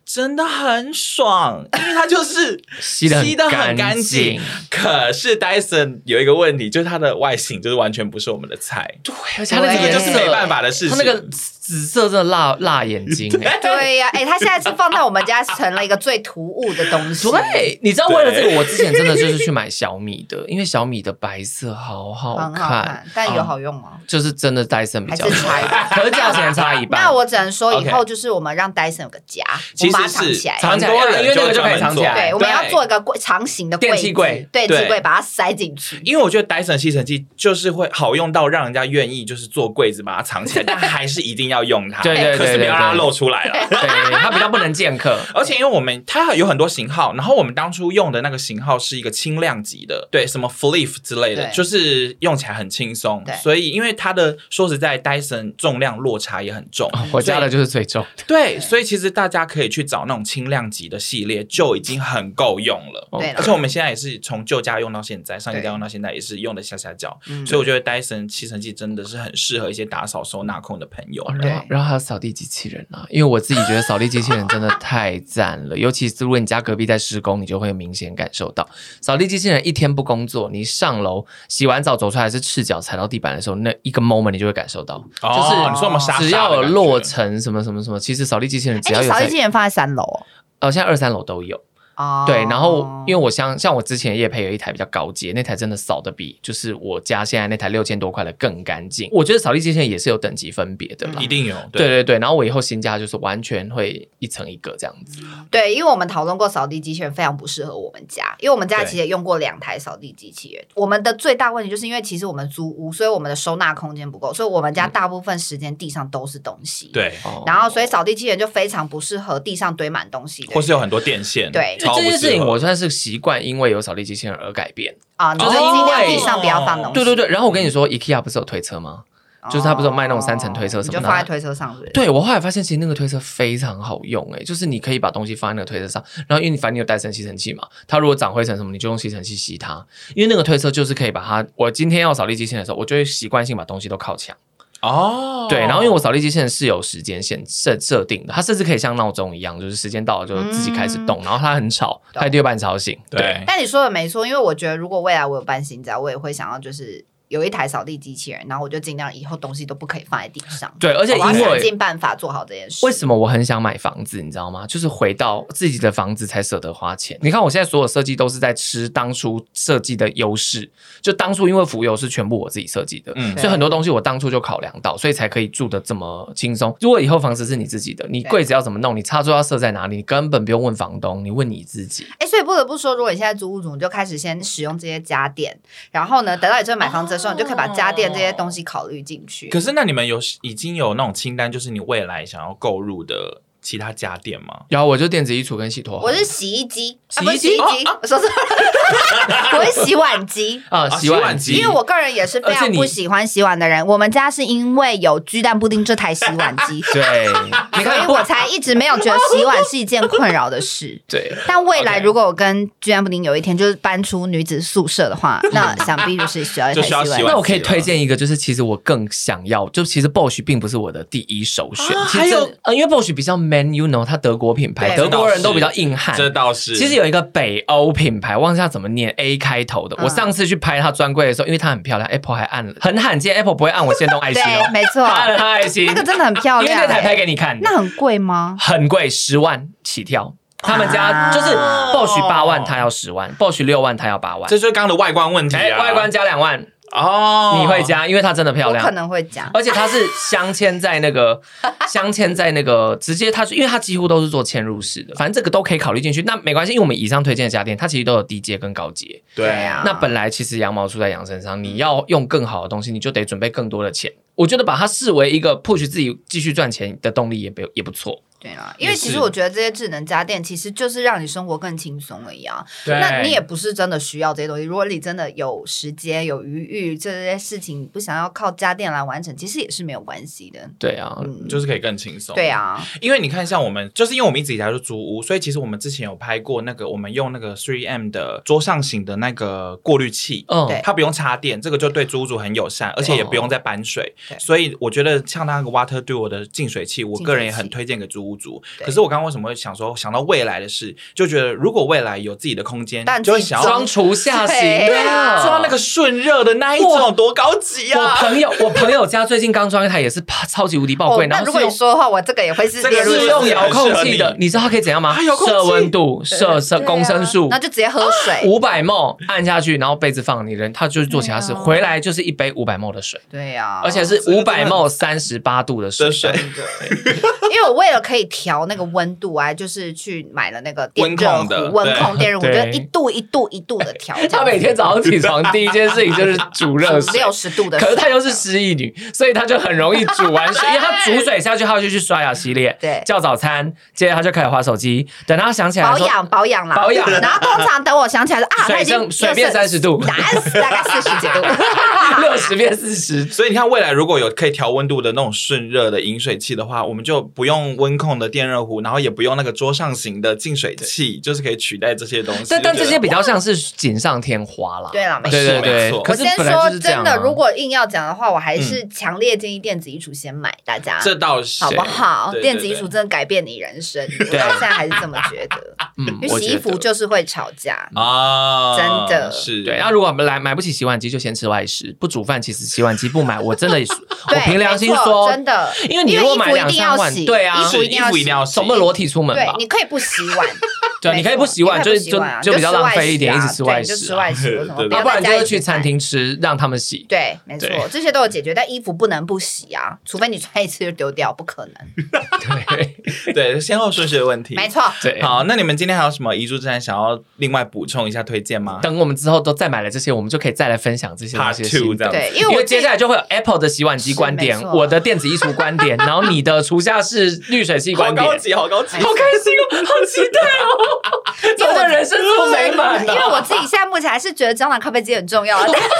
真的很爽，因为它就是
吸的
得很干净
净。。
可是戴森有一个问题，就是它的外形就是完全不是我们的菜，
对，而且它那个
对
这
颜
个就是没
色，
办法的事情。
它那个紫色真的辣辣眼 睛欸。
对呀，哎，他现在是放在我们家成了一个最突兀的东西。
对，你知道为了这个，我之前真的就是去买小米的，因为小米的白色好好
很好
看，
看，但有好用吗？
就是真的戴森比较
还是差一
好， 可是价钱差一半。
那我只能说，以
OK
后就是我们让戴森有个家，我
其
们把它
实
藏
是
起来。
藏
很多人
因为那个就
就
可
会
以藏起来
对，我们要做一个柜长形的柜
电器柜
子对，
对
电器柜把它塞进去。
因为我觉得 Dyson 吸尘器就是会好用到让人家愿意就是做柜子把它藏起来，但还是一定要用它，
对对对
可是不要让它
对对
露出来 了。
对，它比较不能见 客。
而且因为我们它有很多型号，然后我们当初用的那个型号是一个轻量级的，对，什么 Flip 之类的，
对
就是用起来很轻松
对。
所以因为它的说实在，Dyson 重量落差也很重，
哦我家的就是最重，
对，所以其实大家可以去找那种轻量级的系列，就已经很够用了。
对
而
哦
了
且，我们现在也是从旧家用到现在，上一
对
家用到现在也是用的下下脚，
嗯
所以我觉得 Dyson 吸尘器真的是很适合一些打扫收纳控的朋友。
哦
对
然后，然后还有扫地机器人啊，因为我自己觉得扫地机器人 真的太赞了，尤其是如果你家隔壁在施工，你就会明显感受到，扫地机器人一天不工作，你上楼洗完澡走出来是赤脚踩到地板的时候，那一个 moment 你就会感受到，
哦
就是
你说我们沙沙的
只要有
感觉
落尘什么什么什么，其实扫地机器人只
哎，
要
你
有
扫地
在
机器人放在三楼哦
呃，现在二三楼都有，
哦。
对，然后因为我像像我之前夜配有一台比较高阶，那台真的扫的比就是我家现在那台六千多块的更干净，我觉得扫地机器人也是有等级分别的啦
一。定有，
对对对，然后我以后新家就是完全会一层一个这样子。
嗯
对，因为我们讨论过扫地机器人非常不适合我们家，因为我们家
对
其实也用过两台扫地机器人。我们的最大问题就是因为其实我们租屋，所以我们的收纳空间不够，所以我们
嗯
家大部分时间地上都是东西。。
对，
哦
然后，所以扫地机器人就非常不适合地上堆满东西的人，
或是有很多电线，
对
就
超
这
不
件事
适
情，
合。
我算是习惯，因为有扫地机器人而改变。
啊，你
就
就是是
因
尽量
为
哦
地上不要放东西。
嗯
对对对，然后我跟你说，IKEA 不是有推车吗？就是它不是有卖那种三层推车什么
哦你
的啊
就放在推车上是不是？
对我后来发现，其实那个推车非常好用、诶，就是你可以把东西放在那个推车上，然后因为你反正你有带成吸尘器嘛，它如果长灰尘什么，你就用吸尘器吸它。因为那个推车就是可以把它，我今天要扫地机器人的时候，我就会习惯性把东西都靠墙。
哦，
对，然后因为我扫地机器人是有时间线设设定的，它甚至可以像闹钟一样，就是时间到了就自己开始动，然后它很吵，
懂
它一定会把你吵醒。对，
对
但你说的没错，因为我觉得如果未来我有搬新家，我也会想要就是有一台扫地机器人，然后我就尽量以后东西都不可以放在地上。
对，而且
我要
因
想
为
尽办法做好这件事。
为什么我很想买房子，你知道吗？就是回到自己的房子才舍得花钱。你看我现在所有设计都是在吃当初设计的优势，就当初因为浮游是全部我自己设计的，
嗯
所以很多东西我当初就考量到，所以才可以住的这么轻松。如果以后房子是你自己的，你
对
柜子要怎么弄，你插座要设在哪里，你根本不用问房东，你问你自己。
哎、所以不得不说，如果你现在租屋主，你就开始先使用这些家电，然后呢，等到你真的买房子的时候，你就可以把家电这些东西考虑进去。
可是那你们有已经有那种清单，就是你未来想要购入的其他家电吗？
然后我就电子衣橱跟洗脱
我
环
是洗衣机，
洗
啊不是
衣机
洗衣
哦
机，我说错了， 我是洗碗机。
啊
啊
洗碗机，
洗碗机
因为我个人也是非
而且
常
你
不喜欢洗碗的人，我们家是因为有鸡蛋布丁这台洗碗 机，
对，你
所以
看。
我才一直没有觉得洗碗是一件困扰的事
对。
但未来
OK
如果我跟居安布丁有一天就是搬出女子宿舍的话，那想必就是需要一台
就需
洗
要
碗
洗
机
碗。
那我可以推荐一个，就是其实我更想要，就其实 Bosch 并不是我的第一首选。
啊
其实
还有
呃，因为 Bosch 比较 man，you know，它德国品牌，
对
德国人都比较
这倒是
硬汉。
这倒是，
其实有一个北欧品牌，忘记它怎么念，A 开头的。
嗯
我上次去拍它专柜的时候，因为它很漂亮，Apple 还按了，很罕见，Apple 不会按我先动爱心
对，
哦，
没错
它，按了它爱心，
那个真的很漂
因为
亮、
那台拍
欸。
给你看的，
那很贵吗？
很贵，十万起跳。他们家
啊
就是 Bosch 八万，他要十万；Bosch 六万，他要八万
这。就是刚刚的外观问题
哎，
啊，
外观加两万，
哦，
你会加，因为它真的漂
我
亮
可。能会讲。
而且它是镶嵌在那个镶嵌在那个直接它是，因为它几乎都是做嵌入式的，反正这个都可以考虑进去。那没关系，因为我们以上推荐的家电，它其实都有低阶跟高阶。
对
啊
那本来其实羊毛出在羊身上，你要用更好的东西，你就得准备更多的钱。我觉得把它视为一个 push 自己继续赚钱的动力也不也不错。
对啊，因为
也是
其实我觉得这些智能家电其实就是让你生活更轻松而已啊。
对
那你也不是真的需要这些东西。如果你真的有时间、有余裕，这些事情不想要靠家电来完成，其实也是没有关系的。
对啊，
嗯，
就是可以更轻松。
对。啊，
因为你看，像我们就是因为我们一直以来都租屋，所以其实我们之前有拍过那个，我们用那个 3M 的桌上型的那个过滤器，
嗯，
对
它不用插电，这个就对租屋主很友善，而且也不用再搬水
对。
所以我觉得像那个 Water Duo 的净水器，我个人也
净水器
很推荐给租屋主。
对
可是我刚刚为什么会想说想到未来的事，就觉得如果未来有自己的空间，
但
就会
自己
想要
装厨下型
对啊
装那个顺热的那一
哇
种，多高级
我
啊！
朋友，我朋友家最近刚装一台，也是 啪超级无敌爆
哦
贵，，然
那
后
如果
是
你
用
说的话，我这个也会是
这
列
个
入
是
是
用
用
遥
遥
控
控
器
器
的
的，
你知道它可以怎样吗？
啊遥控器
设温度、设设
对啊
公升数
那，就直接喝水。
五百 ml 按下去，然后杯子放你人，它就是做其他事，
对啊
回来就是一杯五百 ml 的水，
对啊呀，
而且是
这
五
个真
百
的
ml 三十八度的水
的。水
因为我为了可以调那个温度啊，就是去买了那个电
温
热
控的
壶温控电热壶，我
对
就一度一度一度的调。
他每天早上起 床第一件事情就是煮热水。
六十度的
可
水，
是他又是失忆 女，所以他就很容易煮完水，因为他煮水下去，他就去刷牙洗脸，
对
叫早餐，接着他就开始划手机，等他想起来
保
说
养保养啦，
保养
然后通常等我想起来说啊，它
水
已经
正水变
又
三
是
十度，
答案是大概四十几 度。
六十变四十，
所以你看，未来如果有可以调温度的那种顺热的饮水器的话，我们就不用温控的电热壶，然后也不用那个桌上型的净水器，就是可以取代这些东西。
但但
就
这
觉
些
得
比较像是锦上添花啦。
对啦，没
对对
错。
没
对，
错
可
我
是
先
本来
说
就是这样
真
啊
的，如果硬要讲的话，我还是强烈建议电子衣橱先买，大家
嗯这倒是
好不好？
对对
电子衣
对
橱真的改变你人生，我到现在还是这么觉 得。
嗯
因
我
为洗
觉
衣服
得
就是会吵架，
啊，
真的
是
对，那如果来买不起洗碗机，就先吃外食，不煮饭，其实洗碗机不买，我真 的我
对，
凭良心
没错
说，
真的，
因为你如果买
因为衣
两
服一定
三
要
万，
洗，
对啊
衣，服
是
一定要
衣服一定要洗
总不能裸体出门
对
吧，？
你可以不洗碗，
对，啊
没
你可以
错
不洗碗，
你可
就
以不洗
就
碗啊
就比较浪费一点，一
就
直
吃
吃
外
外
食啊对你就
食
吃
啊，
外食，
对
为什么
对
要
要
不然
在
就
家
是
一
去
直
餐
买。
厅吃，让他们 洗。
对，没错，
对
这些都有解决，但衣服不能不洗啊，除非你穿一次就丢掉，不可能。
对
对先后顺序的问题。
没错，
对，
好，那你们今天还有什么遗珠之憾想要另外补充一下推荐吗？
等我们之后都再买了这些，我们就可以再来分享这些东
Part
西
two
的心得
这样子
对，
因
因为我
为接下来就会有 Apple 的洗碗机观点
是没，错
我的电子衣橱观 点，然后你的厨下是滤水器
好
观点，
高级，好高级，
好开心哦，好期待哦，怎么人生这么美满
因为
啊？
我自己现在目前还 是觉得胶囊咖啡机很重要啊。但是胶囊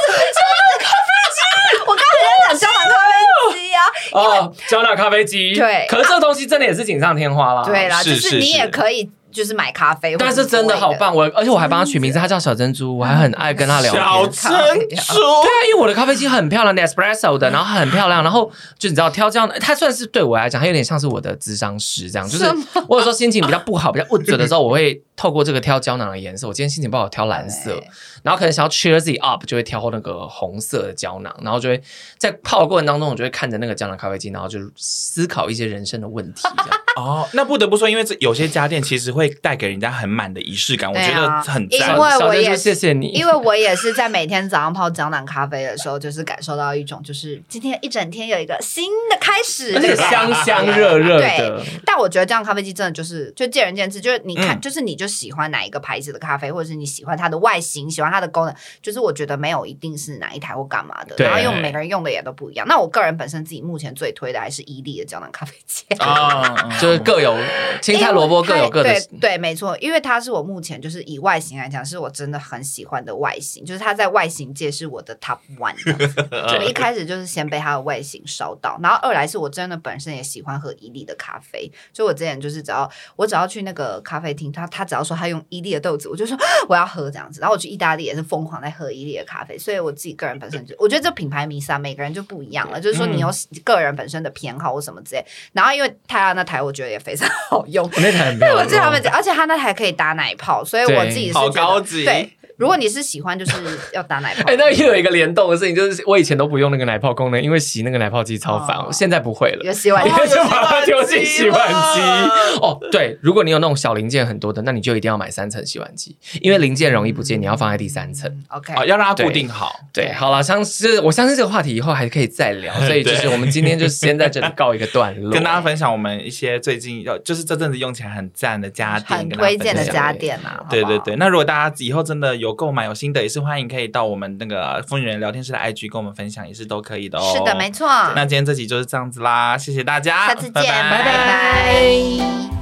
咖啡机，我刚才在讲胶囊咖啡
哦，胶囊咖啡机，
对
可是这东西真的也是锦上添花啦，
对啦，
是
就是是你
是
也可以就是买咖啡或者
但
之类，
是真的好棒，我而且我还帮他取名字，他叫小珍珠，我还很爱
哎
跟他聊天。
小珍珠
对。
哦
啊，因为我的咖啡机很漂亮，Nespresso 的，然后很漂亮，然后就你知道挑这样的，它算是对我来讲，它有点像是我的智商师这样，就是我有时候心情比较不好、比较不准的时候，我会透过这个挑胶囊的颜色。我今天心情不好，我挑蓝色，
对
然后可能想要 cheer 自己 up，就会挑那个红色的胶囊，然后就会在泡的过程当中，我就会看着那个胶囊咖啡机，然后就思考一些人生的问题这样。
哦，那不得不说，因为这有些家电其实会带给人家很满的仪式感，我
对
觉
啊
得很
因
赞
为。我
小珍珠
也是
谢谢你，
因为我也是在每天早上泡胶囊咖啡的时候，就是感受到一种就是今天一整天有一个新的开始，
而且香香热热的，
但我觉得这样咖啡机真的就是就见仁见智，就是你看，
嗯
就是你就喜欢哪一个牌子的咖啡，或者是你喜欢它的外形，喜欢它的功能，就是我觉得没有一定是哪一台或干嘛的，
对
然后用每个人用的也都不一样。那我个人本身自己目前最推的还是伊利的胶囊咖啡机。
啊，嗯
就是各有青菜萝卜各有各的
因为哎它对对，没错，因为它是我目前就是以外形来讲，是我真的很喜欢的外形，就是它在外形界是我的 top one 这样子。 就一开始就是先被它的外形烧到，然后二来是我真的本身也喜欢喝伊利的咖啡，所以我之前就是只要我只要去那个咖啡厅，他他只要说他用伊利的豆子，我就说我要喝这样子。然后我去意大利也是疯狂在喝伊利的咖啡，所以我自己个人本身就我觉得这品牌迷思啊，每个人就不一样了，就是
嗯
说你有个人本身的偏好或什么之类。然后因为泰拉那台我觉得也非常 好
哦
用，
那台 很
对，
漂
我
亮。
记得他们讲，而且他那台可以打奶泡，所以我自己是
对好
觉得
高级
对，如果你是喜欢，就是要打奶泡。
哎、那又有一个联动的事情，就是我以前都不用那个奶泡功能，因为洗那个奶泡机超烦，
哦
我现在不会了。
有洗碗
因
哦
机，
为就把它丢进洗碗机
了
哦，对，如果你有那种小零件很多的，那你就一定要买三层洗碗机，因为零件容易不见，你要放在第三层。
嗯 OK，
啊，要让它固定好。
对，好了，相是我相信这个话题以后还可以再聊，所以就是我们今天就先在这里告一个段落。
跟大家分享我们一些最近要，就是这阵子用起来很赞的家电，
很
跟大家
推荐的
分享
家电啊，
对
好不
对
好
对，那如果大家以后真的有购买有心得，也是欢迎可以到我们那个风云人聊天室的 IG 跟我们分享，也是都可以的哦。
是的，没错。
那今天这集就是这样子啦，谢谢大家，
下次见，
拜
拜拜